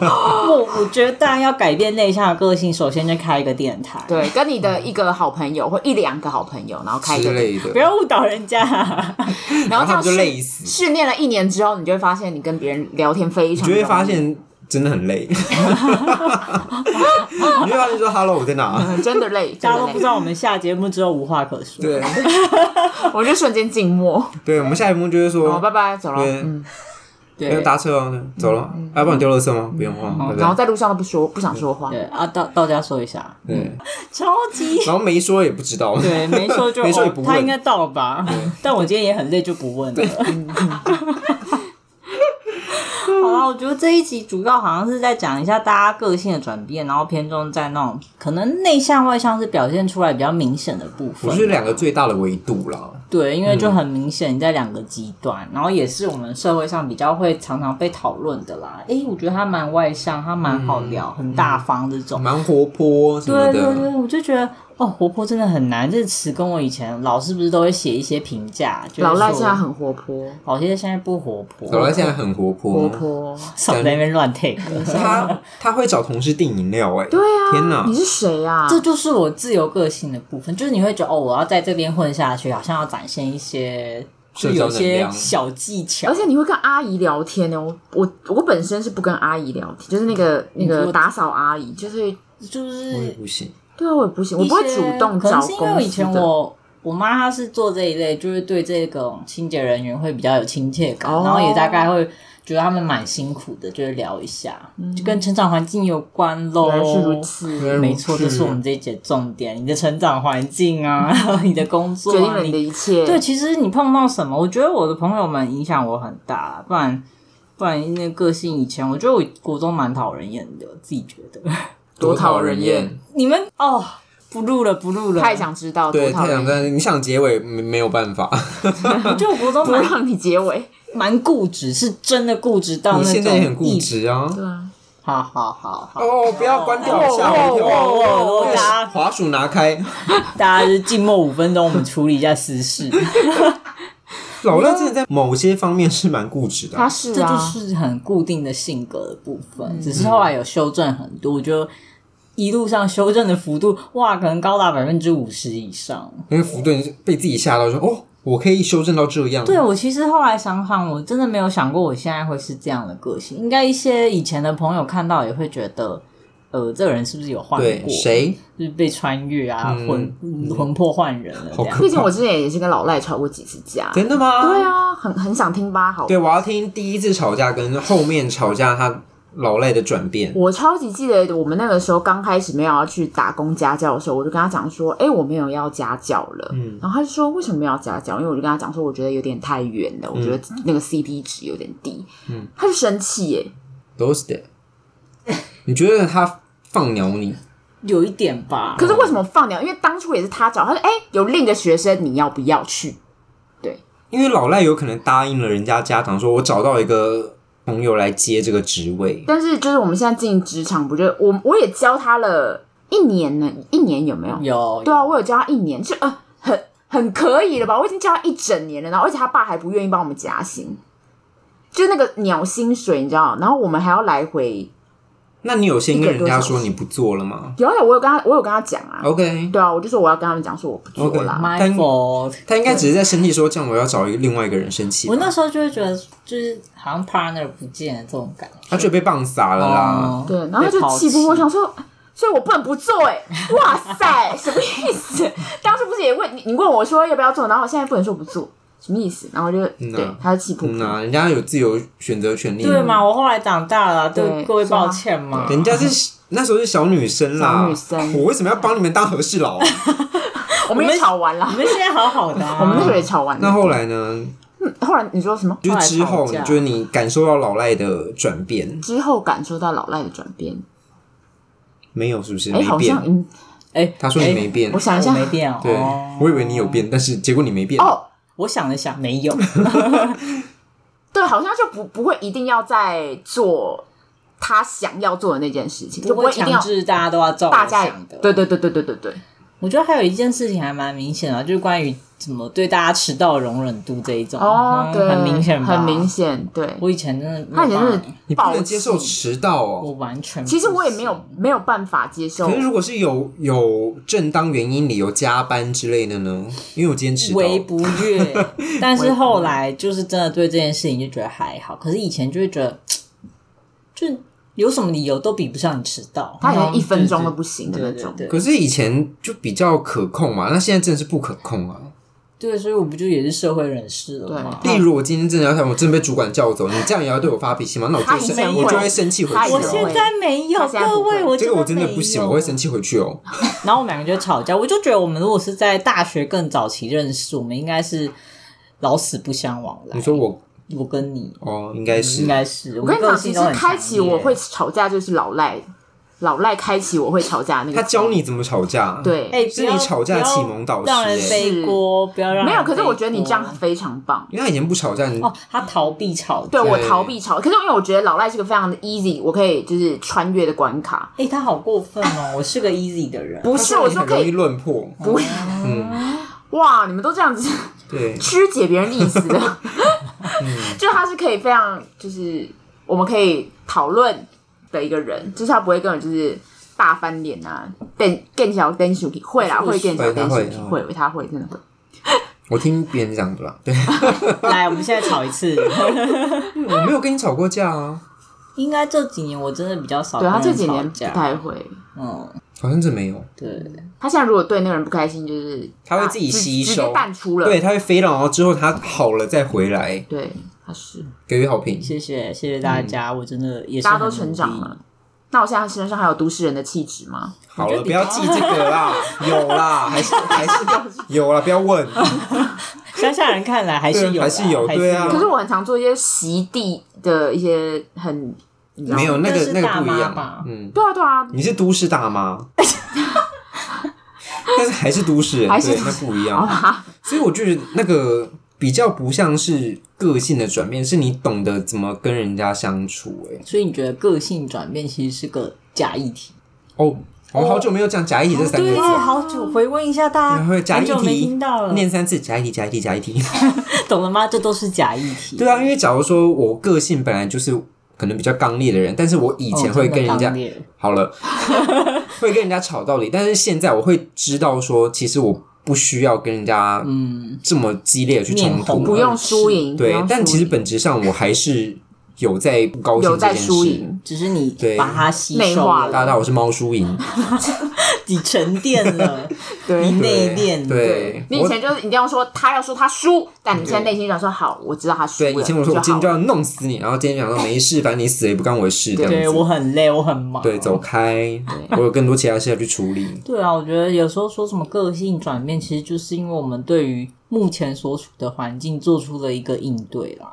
Speaker 1: 我我觉得大家要改变内向的个性，首先就开一个电台，，
Speaker 2: 对，跟你的一个好朋友或一两个好朋友，然后开一
Speaker 3: 之
Speaker 2: 个，
Speaker 3: 类的，
Speaker 1: 不要误导人 家。
Speaker 2: 然后这
Speaker 3: 然后他
Speaker 2: 样
Speaker 3: 们就
Speaker 2: 训
Speaker 3: 累死
Speaker 2: 训练了一年之后，你就会发现你跟别人聊天非常
Speaker 3: 你就
Speaker 2: 容易，
Speaker 3: 会发现真的 很累。 你就会发现说 “hello，我 在哪
Speaker 2: 嗯真的 累，真
Speaker 1: 大家
Speaker 2: 的
Speaker 1: 都不知
Speaker 2: 累，
Speaker 1: 道我们下节目之后无话可”？说，
Speaker 3: 对，
Speaker 2: 我就瞬间静默。
Speaker 3: 对，我们下一幕就是
Speaker 2: 好，
Speaker 3: 说
Speaker 2: 拜拜，走了。
Speaker 3: 对
Speaker 2: 嗯，
Speaker 3: 要
Speaker 1: 对
Speaker 3: 搭车哦，走了，要不然丢垃圾吗？哦不用
Speaker 1: 好
Speaker 3: 慌，拜
Speaker 2: 嗯然后
Speaker 3: 拜。
Speaker 2: 在路上都不说，不想说话。
Speaker 1: 对啊，到到家说一下，
Speaker 3: 对，
Speaker 1: 超级
Speaker 3: 然后没说也不知道。
Speaker 1: 对，没说就
Speaker 3: 没说也
Speaker 1: 哦
Speaker 3: 不问
Speaker 1: 他应该到吧？但我今天也很累，就不问了。 好了，我觉得这一集主要好像是在讲一下大家个性的转变，然后偏重在那种可能内向外向是表现出来比较明显的部
Speaker 3: 我是
Speaker 1: 分。
Speaker 3: 两个最大的维度
Speaker 2: 哦
Speaker 3: 啦，
Speaker 1: 对，因为就很明显你在两个极端，然后也是我们社会上比较会常常被讨论的啦。
Speaker 3: 嗯
Speaker 1: 诶，我觉得他蛮外向，他蛮好聊，很大方这种。
Speaker 3: 蛮活泼什么
Speaker 1: 对对
Speaker 3: 的，
Speaker 1: 对，我就觉得哦，活泼真的很难。这个词跟我以前老师不是都会写一些评价，就是
Speaker 2: 老赖
Speaker 1: 说
Speaker 2: 现在很活泼，
Speaker 3: 哦
Speaker 1: 老赖现在不活泼，
Speaker 3: 老赖现在很嗯活
Speaker 2: 活
Speaker 3: 泼，
Speaker 2: 泼。
Speaker 1: 少在那边乱 take。
Speaker 3: 他他会找同事订饮料，哎，
Speaker 2: 对啊，
Speaker 3: 天哪
Speaker 2: 你，是谁啊？
Speaker 1: 这就是我自由个性的部分，就是你会觉得哦，我要在这边混下去，好像要展现一些，就
Speaker 3: 社交
Speaker 1: 有
Speaker 3: 能
Speaker 1: 些
Speaker 3: 量
Speaker 1: 小技巧
Speaker 2: 而。且你会跟阿姨聊天哦。我我本身是不跟阿姨聊天，就是那个那
Speaker 1: 你
Speaker 2: 个
Speaker 1: 说
Speaker 2: 打扫阿姨，就是
Speaker 1: 就
Speaker 3: 我也
Speaker 1: 是
Speaker 3: 不行，
Speaker 2: 对啊，我也不行，我
Speaker 1: 一
Speaker 2: 不会
Speaker 1: 些
Speaker 2: 主动
Speaker 1: 可
Speaker 2: 找
Speaker 1: 能是因为
Speaker 2: 公
Speaker 1: 我以
Speaker 2: 司
Speaker 1: 前
Speaker 2: 的。
Speaker 1: 我我妈她是做这一类，就是对这种清洁人员会比较有亲切感，
Speaker 2: 哦嗯
Speaker 1: 然后也大概会觉得他们蛮辛苦的，就是聊一下，就跟成长环境有关喽。
Speaker 2: 原来是如此，
Speaker 1: 没错，这是我们这一节重点，你的成长环境啊， 还有你的工作
Speaker 2: 决定
Speaker 1: 啊，
Speaker 2: 了你
Speaker 1: 你
Speaker 2: 的一切。
Speaker 1: 对，其实你碰到什么，我觉得我的朋友们影响我很大，不然不然那个个性以前，我觉得我国中蛮讨人厌的，我自己觉得。
Speaker 2: 多讨
Speaker 3: 人
Speaker 2: 人厌。
Speaker 1: 你们哦，不录了，不录了，
Speaker 2: 太想知道多
Speaker 3: 对，
Speaker 2: 讨
Speaker 3: 太
Speaker 2: 人
Speaker 3: 想
Speaker 2: 厌，
Speaker 3: 但你想结尾没没有办法，
Speaker 1: 我觉得我国中
Speaker 2: 不
Speaker 1: 蛮
Speaker 2: 让你结尾。
Speaker 1: 蛮固执，是真的固执到
Speaker 3: 你
Speaker 1: 那种。
Speaker 3: 现在也很固。执啊。
Speaker 2: 对啊，
Speaker 1: 好好好好，
Speaker 3: 哦，不要关掉，吓我一
Speaker 1: 哦
Speaker 3: 跳！
Speaker 1: 哦哦大家
Speaker 3: 滑鼠拿开，
Speaker 1: 大家就静默五分钟，我们处理一下私 事，
Speaker 3: 老赖真的在某些方面是蛮固执 的
Speaker 2: 他
Speaker 3: 啊。
Speaker 2: 是
Speaker 1: 这就
Speaker 2: 啊，
Speaker 1: 是很固定的性格的部分。只是后来有修正很多，我觉得一路上修正的幅度，哇，可能高达百分之五十以上。
Speaker 3: 那个福顿被自己吓到，说：“哦，我可以修正到这样。”
Speaker 1: 对我其实后来想想，我真的没有想过我现在会是这样的个性。应该一些以前的朋友看到也会觉得，呃，这个人是不是有换
Speaker 3: 对，
Speaker 1: 过？
Speaker 3: 谁
Speaker 1: 就是被穿越啊，
Speaker 3: 嗯
Speaker 1: 魂魂魄换人了这
Speaker 3: 好
Speaker 1: 样。
Speaker 3: 可
Speaker 2: 毕竟
Speaker 3: 怕
Speaker 2: 我？之前也是跟老赖吵过几次架。
Speaker 3: 真的吗？
Speaker 2: 对啊，很很想听八好。
Speaker 3: 对，我要听第一次吵架跟后面吵架他老赖的转变。
Speaker 2: 我超级记得我们那个时候刚开始没有要去打工家教的时候，我就跟他讲说：“哎、我没有要家教了。”嗯，然后他就说：“为什么没有家教？”因为我就跟他讲说：“我觉得有点太远了，我觉得那个 CP 值有点低。”嗯，他就生气耶、
Speaker 3: 都是 的。你觉得他放鸟你？
Speaker 1: 有一点吧。
Speaker 2: 可是为什么放鸟？因为当初也是他找，他说：“哎、有另一个学生，你要不要去
Speaker 3: 因为老赖有可能答应了人家家长，说我找到一个朋友来接这个职？”位。
Speaker 2: 但是就是我们现在进职场，不就我我也教他了一年呢，一年有没有？
Speaker 1: 有
Speaker 2: 对啊，我有教他一年，就呃很很可以了吧？我已经教他一整年了，然后而且他爸还不愿意帮我们加薪，就那个鸟薪水，你知道？然后我们还要来回。
Speaker 3: 那你有先跟人
Speaker 2: 一个多
Speaker 3: 家
Speaker 2: 小时
Speaker 3: 说你不做了吗
Speaker 2: 有啊，我有跟他，我有跟他讲啊。
Speaker 3: ？OK，
Speaker 2: 对啊，我就说我要跟他们讲，说我不做
Speaker 3: OK
Speaker 2: 啦。
Speaker 1: My
Speaker 3: 但
Speaker 1: fault。
Speaker 3: 他应该只是在生气说，这样我要找一个另外一个人生气吧。
Speaker 1: 我那时候就会觉得，就是好像 partner 不见了这种感觉。
Speaker 3: 他觉得被棒撒了啊啦。
Speaker 1: 哦
Speaker 2: 对，然后他就气不过，我，想说，所以我不能不做哎、哇塞，什么意思？当初不是也问你，你问我说要不要做，然后我现在不能说不做，什么意思？然后我就
Speaker 3: 嗯啊
Speaker 2: 对，他就气噗
Speaker 3: 嗯
Speaker 2: 噗。
Speaker 3: 啊，人家有自由选择权利
Speaker 1: 被抛弃对嘛？我后来长大了，对
Speaker 2: 对
Speaker 1: 各位抱歉嘛。
Speaker 3: 人家是那时候是小女生
Speaker 2: 小
Speaker 3: 啦，
Speaker 2: 女生
Speaker 3: 我为什么要帮你们当和事佬 啊？
Speaker 2: 我们也吵完了
Speaker 1: 你，们现在好好的啊，
Speaker 2: 我们那时候也吵完
Speaker 3: 那
Speaker 2: 了。
Speaker 3: 后来呢？
Speaker 2: 后来你说什么？
Speaker 3: 就之
Speaker 1: 后
Speaker 3: 后，
Speaker 1: 来吵
Speaker 3: 你
Speaker 1: 架
Speaker 3: 就是你感受到老赖的转变
Speaker 2: 之后感受到老赖的转变，
Speaker 3: 没有？是不是
Speaker 2: 哎、
Speaker 3: 没
Speaker 2: 好
Speaker 3: 变
Speaker 2: 像？嗯，
Speaker 1: 哎，
Speaker 3: 他说你没变
Speaker 2: 我，想一
Speaker 1: 我
Speaker 2: 下，
Speaker 1: 没变哦。
Speaker 3: 对
Speaker 1: 哦，
Speaker 3: 我以为你有变，但是结果你没变。
Speaker 2: 哦，
Speaker 1: 我想了想，没有。
Speaker 2: 对，好像就不不会一定要再做他想要做的那件事情，就
Speaker 1: 就
Speaker 2: 不
Speaker 1: 不
Speaker 2: 会
Speaker 1: 会
Speaker 2: 一定
Speaker 1: 强
Speaker 2: 要
Speaker 1: 制大家都要照
Speaker 2: 大
Speaker 1: 我
Speaker 2: 家
Speaker 1: 想的。
Speaker 2: 对对对对对对对，
Speaker 1: 我觉得还有一件事情还蛮明显的，就是关于怎么对大家迟到的容忍度这一种，
Speaker 2: 哦，
Speaker 1: 嗯
Speaker 2: 对，
Speaker 1: 很明显，
Speaker 2: 很明。显，对。
Speaker 1: 我以前真的没有
Speaker 2: 他以前
Speaker 1: 办法
Speaker 2: 真的
Speaker 3: 你不
Speaker 2: 暴
Speaker 3: 能接受
Speaker 2: 气
Speaker 3: 迟到
Speaker 1: 我
Speaker 3: 哦。
Speaker 1: 完全不
Speaker 2: 其实我也没
Speaker 1: 行
Speaker 2: 有没有办法接受
Speaker 3: 可，是如果是有有正当原因、理由加班之类的呢？因为我今天迟到，
Speaker 1: 为不 悦，但是后来就是真的对这件事情就觉得还好，可是以前就会觉得，就有什么理由都比不上你迟到，
Speaker 2: 他连一分钟
Speaker 1: 都
Speaker 2: 都不行的
Speaker 1: 对
Speaker 2: 那
Speaker 1: 对
Speaker 2: 种。
Speaker 1: 对
Speaker 3: 可是以前就比较可控嘛，那现在真的是不可控啊。
Speaker 1: 对，所以我不就也是社会人士了
Speaker 2: 哦
Speaker 1: 吗？
Speaker 3: 例如，我今天真的要想，我真的被主管叫走，你这样也要对我发脾气吗？那我
Speaker 2: 他
Speaker 3: 就
Speaker 2: 以
Speaker 3: 生
Speaker 2: 前，
Speaker 3: 我
Speaker 2: 会
Speaker 3: 就会生气回
Speaker 2: 他以
Speaker 3: 去
Speaker 2: 前
Speaker 1: 我
Speaker 3: 哦。
Speaker 1: 现在没有，
Speaker 2: 他现在
Speaker 1: 各
Speaker 2: 不会
Speaker 1: 位，我
Speaker 3: 这个我真的
Speaker 1: 没
Speaker 3: 不行，
Speaker 1: 有
Speaker 3: 我会生气回去哦。
Speaker 1: 然后我们两个就吵架，我就觉得我们如果是在大学更早期认识，我们应该是老死不相往来。
Speaker 3: 你说我
Speaker 1: 我跟你
Speaker 3: 哦，应该
Speaker 1: 应
Speaker 2: 嗯
Speaker 3: 是
Speaker 1: 该是，
Speaker 2: 我跟你
Speaker 1: 们个
Speaker 2: 讲，
Speaker 1: 性
Speaker 2: 其实
Speaker 1: 都很
Speaker 2: 开启
Speaker 1: 强烈
Speaker 2: 我会吵架就是老赖，老赖开启我会吵架那个。
Speaker 3: 他教你怎么吵架，，
Speaker 2: 对，
Speaker 1: 哎，
Speaker 3: 是
Speaker 1: 不要
Speaker 3: 你吵架
Speaker 1: 不要
Speaker 3: 启蒙导师
Speaker 1: 让人
Speaker 3: 欸
Speaker 1: 背锅，不要让
Speaker 2: 没有。
Speaker 1: 人
Speaker 2: 可是我
Speaker 1: 背
Speaker 2: 觉得你这样
Speaker 1: 锅
Speaker 2: 非常棒。
Speaker 3: 因为他以前不吵架，你
Speaker 1: 哦，他逃避吵
Speaker 2: 对
Speaker 1: 架，
Speaker 2: 我
Speaker 3: 对
Speaker 2: 逃避吵，可是因为我觉得老赖是个非常的 easy，我可以就是穿越的关卡。
Speaker 1: 哎，他好过分哦！我是个 easy 的人，
Speaker 2: 不
Speaker 3: 不
Speaker 2: 是，我
Speaker 3: 很
Speaker 2: 说可
Speaker 3: 容易
Speaker 2: 以，
Speaker 3: 论破，
Speaker 2: 不哇，你们都这样子
Speaker 3: 对，
Speaker 2: 曲解别人的意思的，
Speaker 3: 嗯
Speaker 2: 就他是可以非常就是我们可以讨论的一个人，就是他不会跟我就是大翻脸啊，变更小变小体会啦，会变小变小体会，
Speaker 3: 嗯
Speaker 2: 他会真的会。
Speaker 3: 我听别人讲的啦，对，
Speaker 1: 来，我们现在吵一次。
Speaker 2: 嗯
Speaker 3: 我没有跟你吵过架啊，
Speaker 1: 应该这几年我真的比较少
Speaker 2: 对
Speaker 1: 跟
Speaker 2: 他
Speaker 1: 人
Speaker 2: 这几年
Speaker 1: 吵
Speaker 2: 不
Speaker 1: 架
Speaker 2: 太会，
Speaker 1: 嗯，
Speaker 3: 好像真没有，
Speaker 1: 对，
Speaker 2: 他现在如果对那个人不开心，就是
Speaker 3: 他会
Speaker 2: 啊
Speaker 3: 自己
Speaker 2: 直
Speaker 3: 吸
Speaker 2: 直接
Speaker 3: 收
Speaker 2: 淡出了。
Speaker 3: 对，他会飞到，然后之后他好了再回来，
Speaker 2: 对，他是
Speaker 3: 给予好评，
Speaker 1: 谢谢谢谢大
Speaker 3: 嗯
Speaker 1: 家，我真的也是
Speaker 2: 大家都
Speaker 1: 很努
Speaker 2: 成长
Speaker 1: 力
Speaker 2: 了。那我现在身上还有都市人的气质吗？
Speaker 3: 好
Speaker 1: 我觉
Speaker 3: 了，
Speaker 1: 得
Speaker 3: 不
Speaker 1: 比
Speaker 3: 要记这 个啦，有啦，还是还是有啦，不要问，
Speaker 1: 乡下人看来还是
Speaker 3: 对
Speaker 1: 有啦，
Speaker 3: 还是有
Speaker 1: 还是
Speaker 3: 对啊
Speaker 2: 可是我很常做一些席地的一些很，你知道吗
Speaker 3: 没有那
Speaker 1: 但
Speaker 3: 个
Speaker 1: 是
Speaker 3: 那
Speaker 1: 大
Speaker 3: 个不
Speaker 1: 妈
Speaker 3: 一样
Speaker 1: 吧，
Speaker 3: 嗯，
Speaker 2: 对啊对啊，
Speaker 3: 你是都市 大妈，但是还是都市人，
Speaker 2: 还是
Speaker 3: 对，
Speaker 2: 都
Speaker 3: 那
Speaker 2: 市
Speaker 3: 不一样。所以我觉得那个比较不像是个性的转变，是你懂得怎么跟人家相处、欸。
Speaker 1: 所以你觉得个性转变其实是个假议题？
Speaker 3: 哦，我好久没有讲假议题这三个字
Speaker 1: 哦对，
Speaker 3: 了。
Speaker 1: 好久回温一下 大
Speaker 3: 然后
Speaker 1: 家，很
Speaker 3: 假议
Speaker 1: 久没
Speaker 3: 题啊
Speaker 1: 听到了，
Speaker 3: 念三次，假议题，假议题，假议题。
Speaker 1: 懂了吗？这都是假议题。
Speaker 3: 对啊，因为假如说我个性本来就是可能比较刚烈的人，但是我以
Speaker 1: 哦，
Speaker 3: 前会跟人
Speaker 1: 真的
Speaker 3: 家、
Speaker 1: 刚烈
Speaker 3: 好了，会跟人家吵道理，但是现在我会知道说，其实我不需要跟人家
Speaker 1: 嗯，
Speaker 3: 这么激烈的去冲
Speaker 1: 面红
Speaker 3: 突，
Speaker 2: 不用输赢，嗯不
Speaker 3: 对
Speaker 2: 用，
Speaker 3: 但
Speaker 2: 输
Speaker 3: 其实
Speaker 2: 赢
Speaker 3: 本质上我还是有在高兴
Speaker 2: 有
Speaker 3: 这
Speaker 2: 在
Speaker 3: 件
Speaker 2: 输
Speaker 3: 事。
Speaker 2: 赢，
Speaker 1: 只是你
Speaker 3: 对
Speaker 1: 把它吸
Speaker 2: 内
Speaker 1: 收
Speaker 2: 化
Speaker 3: 大家知道我是猫 输赢，
Speaker 1: 你沉淀 了，你
Speaker 2: 对。
Speaker 1: 内敛，
Speaker 3: 对，
Speaker 2: 你以
Speaker 3: 我
Speaker 2: 前就是一定要说他要说他输，但你现在内心想说好，我知道他输了。
Speaker 3: 对以前我说我今天就
Speaker 2: 就好
Speaker 3: 要弄死你，然后今天想说没事，反正你死了也不干我的事，这
Speaker 1: 对
Speaker 3: 样
Speaker 1: 我
Speaker 3: 子。
Speaker 1: 很累，我很忙，
Speaker 3: 对，走。开，我有更多其他事要去处理。
Speaker 1: 对啊，我觉得有时候说什么个性转变，其实就是因为我们对于目前所处的环境做出了一个应对啦。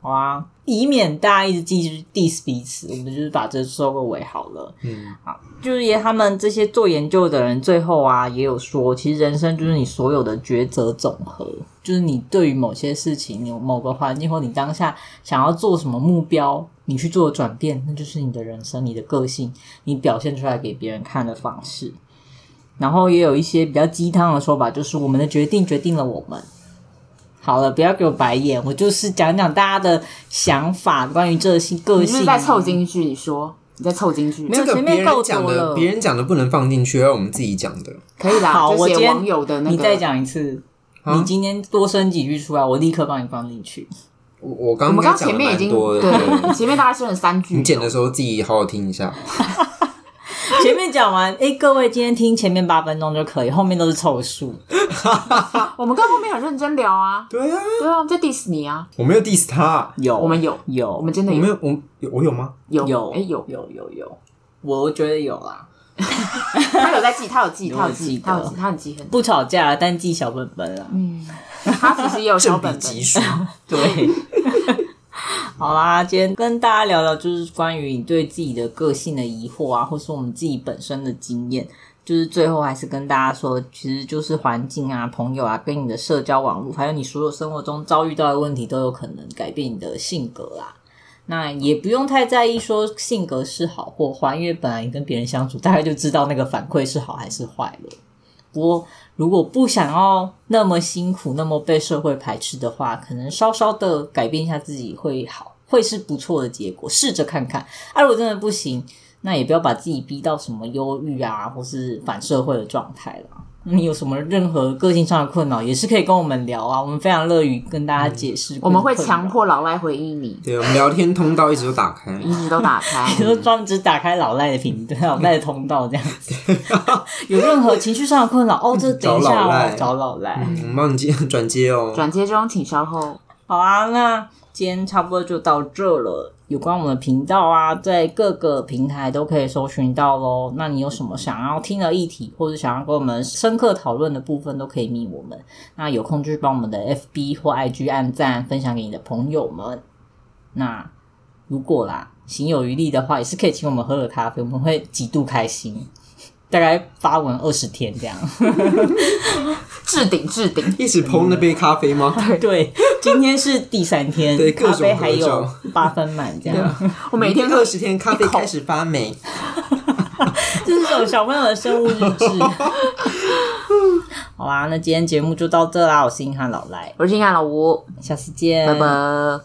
Speaker 1: 好啊，以免大家一直继续 diss 彼此，我们就是把这收个尾好了。
Speaker 3: 嗯，
Speaker 1: 好，就是也他们这些做研究的人，最后啊也有说，其实人生就是你所有的抉择总和，就是你对于某些事情、你某个环境或你当下想要做什么目标，你去做的转变，那就是你的人生、你的个性、你表现出来给别人看的方式。然后也有一些比较鸡汤的说法，就是我们的决定决定了我们。好了，不要给我白眼，我就是讲讲大家的想法，关于这些个
Speaker 2: 你是
Speaker 1: 性
Speaker 2: 不
Speaker 1: 啊。
Speaker 2: 是在凑京剧？你说你在凑京剧
Speaker 1: 没？有
Speaker 3: 这个
Speaker 1: 前面
Speaker 3: 别
Speaker 1: 够
Speaker 3: 人讲
Speaker 1: 多
Speaker 3: 的，
Speaker 1: 了
Speaker 3: 别人讲的不能放进去，而我们自己讲的，
Speaker 2: 可以啦，
Speaker 1: 好，
Speaker 2: 就
Speaker 1: 我
Speaker 2: 写
Speaker 1: 今天
Speaker 2: 网友的那个。
Speaker 1: 你再讲一次。
Speaker 3: 啊
Speaker 1: 你今天多生几句出来，我立刻帮你放进去。
Speaker 3: 我我
Speaker 2: 我
Speaker 3: 刚
Speaker 2: 们
Speaker 3: 刚
Speaker 2: 刚
Speaker 3: 讲
Speaker 2: 前
Speaker 3: 的
Speaker 2: 面已
Speaker 3: 蛮
Speaker 2: 经
Speaker 3: 多的，
Speaker 2: 对，前面大概剩了三句。
Speaker 3: 你剪的时候自己好好听一下。
Speaker 1: 前面讲完，哎、各位今天听前面八分钟就可以，后面都是凑数。
Speaker 2: 我们跟后面很认真聊啊，
Speaker 3: 对啊，
Speaker 2: 对啊，我们在 diss 你啊，
Speaker 3: 我没有 diss 他，
Speaker 1: 有，
Speaker 2: 我们有，
Speaker 1: 有，
Speaker 2: 我们真
Speaker 3: 我
Speaker 2: 的
Speaker 3: 没
Speaker 2: 有
Speaker 3: 有，我有我有吗？
Speaker 2: 有
Speaker 1: 有，
Speaker 2: 哎有，
Speaker 1: 有有有，我觉得有啦。
Speaker 2: 他有在记，他有记，
Speaker 1: 有
Speaker 2: 他有
Speaker 1: 记
Speaker 2: 记，
Speaker 1: 得
Speaker 2: 他有记，他很记很。
Speaker 1: 不吵架，但记小本本啊啦。
Speaker 2: 他其实也有小
Speaker 3: 正
Speaker 2: 本
Speaker 3: 比
Speaker 2: 本，
Speaker 3: 级数，
Speaker 1: 对， 好啦，今天跟大家聊聊，就是关于你对自己的个性的疑惑啊，或是我们自己本身的经验。就是最后还是跟大家说，其实就是环境啊、朋友啊，跟你的社交网络，还有你所有生活中遭遇到的问题，都有可能改变你的性格啊啦。那也不用太在意说性格是好或坏，因为本来你跟别人相处，大概就知道那个反馈是好还是坏了。不过，如果不想要那么辛苦、那么被社会排斥的话，可能稍稍的改变一下自己会好，会是不错的结果。试着看看，啊，如果真的不行，那也不要把自己逼到什么忧郁啊，或是反社会的状态啦。你有什么任何个性上的困扰，也是可以跟我们聊啊，我们非常乐于跟大家解释、
Speaker 2: 嗯我们会强，迫老赖回应你，
Speaker 3: 对，我们聊天通道一直都打开。
Speaker 2: 一直都打开。
Speaker 1: 就是专门只打开老赖的 频道、老赖的通道这样子。 有任何情绪上的困扰，哦，这等一
Speaker 3: 找
Speaker 1: 下哦
Speaker 3: 老赖，
Speaker 1: 找老赖。
Speaker 3: 嗯我们帮你接转接哦，
Speaker 2: 转接中，请稍后。
Speaker 1: 好啊，那今天差不多就到这了。有关我们的频道啊，在各个平台都可以搜寻到喽。那你有什么想要听的议题，或者想要跟我们深刻讨论的部分，都可以密我们。那有空就去帮我们的 FB 或 IG 按赞，分享给你的朋友们。那如果啦，行有余力的话，也是可以请我们喝个咖啡，我们会极度开心。 大概发文二十天这样。
Speaker 2: 置顶置顶，
Speaker 3: 一直碰那杯咖啡吗？
Speaker 1: 对，今天是第三天，
Speaker 3: 对各
Speaker 1: 咖
Speaker 3: 种
Speaker 1: 啡还
Speaker 3: 合
Speaker 1: 有
Speaker 3: 照啊
Speaker 1: 八分满这样。
Speaker 2: 我每天
Speaker 3: 二十天咖啡开始发霉，
Speaker 1: 这是种小朋友的生物日志。 啊好啦，那今天节目就到这啦，我是硬汉老赖，
Speaker 2: 我是金安老吴，
Speaker 1: 下次见，嗯
Speaker 2: 拜拜。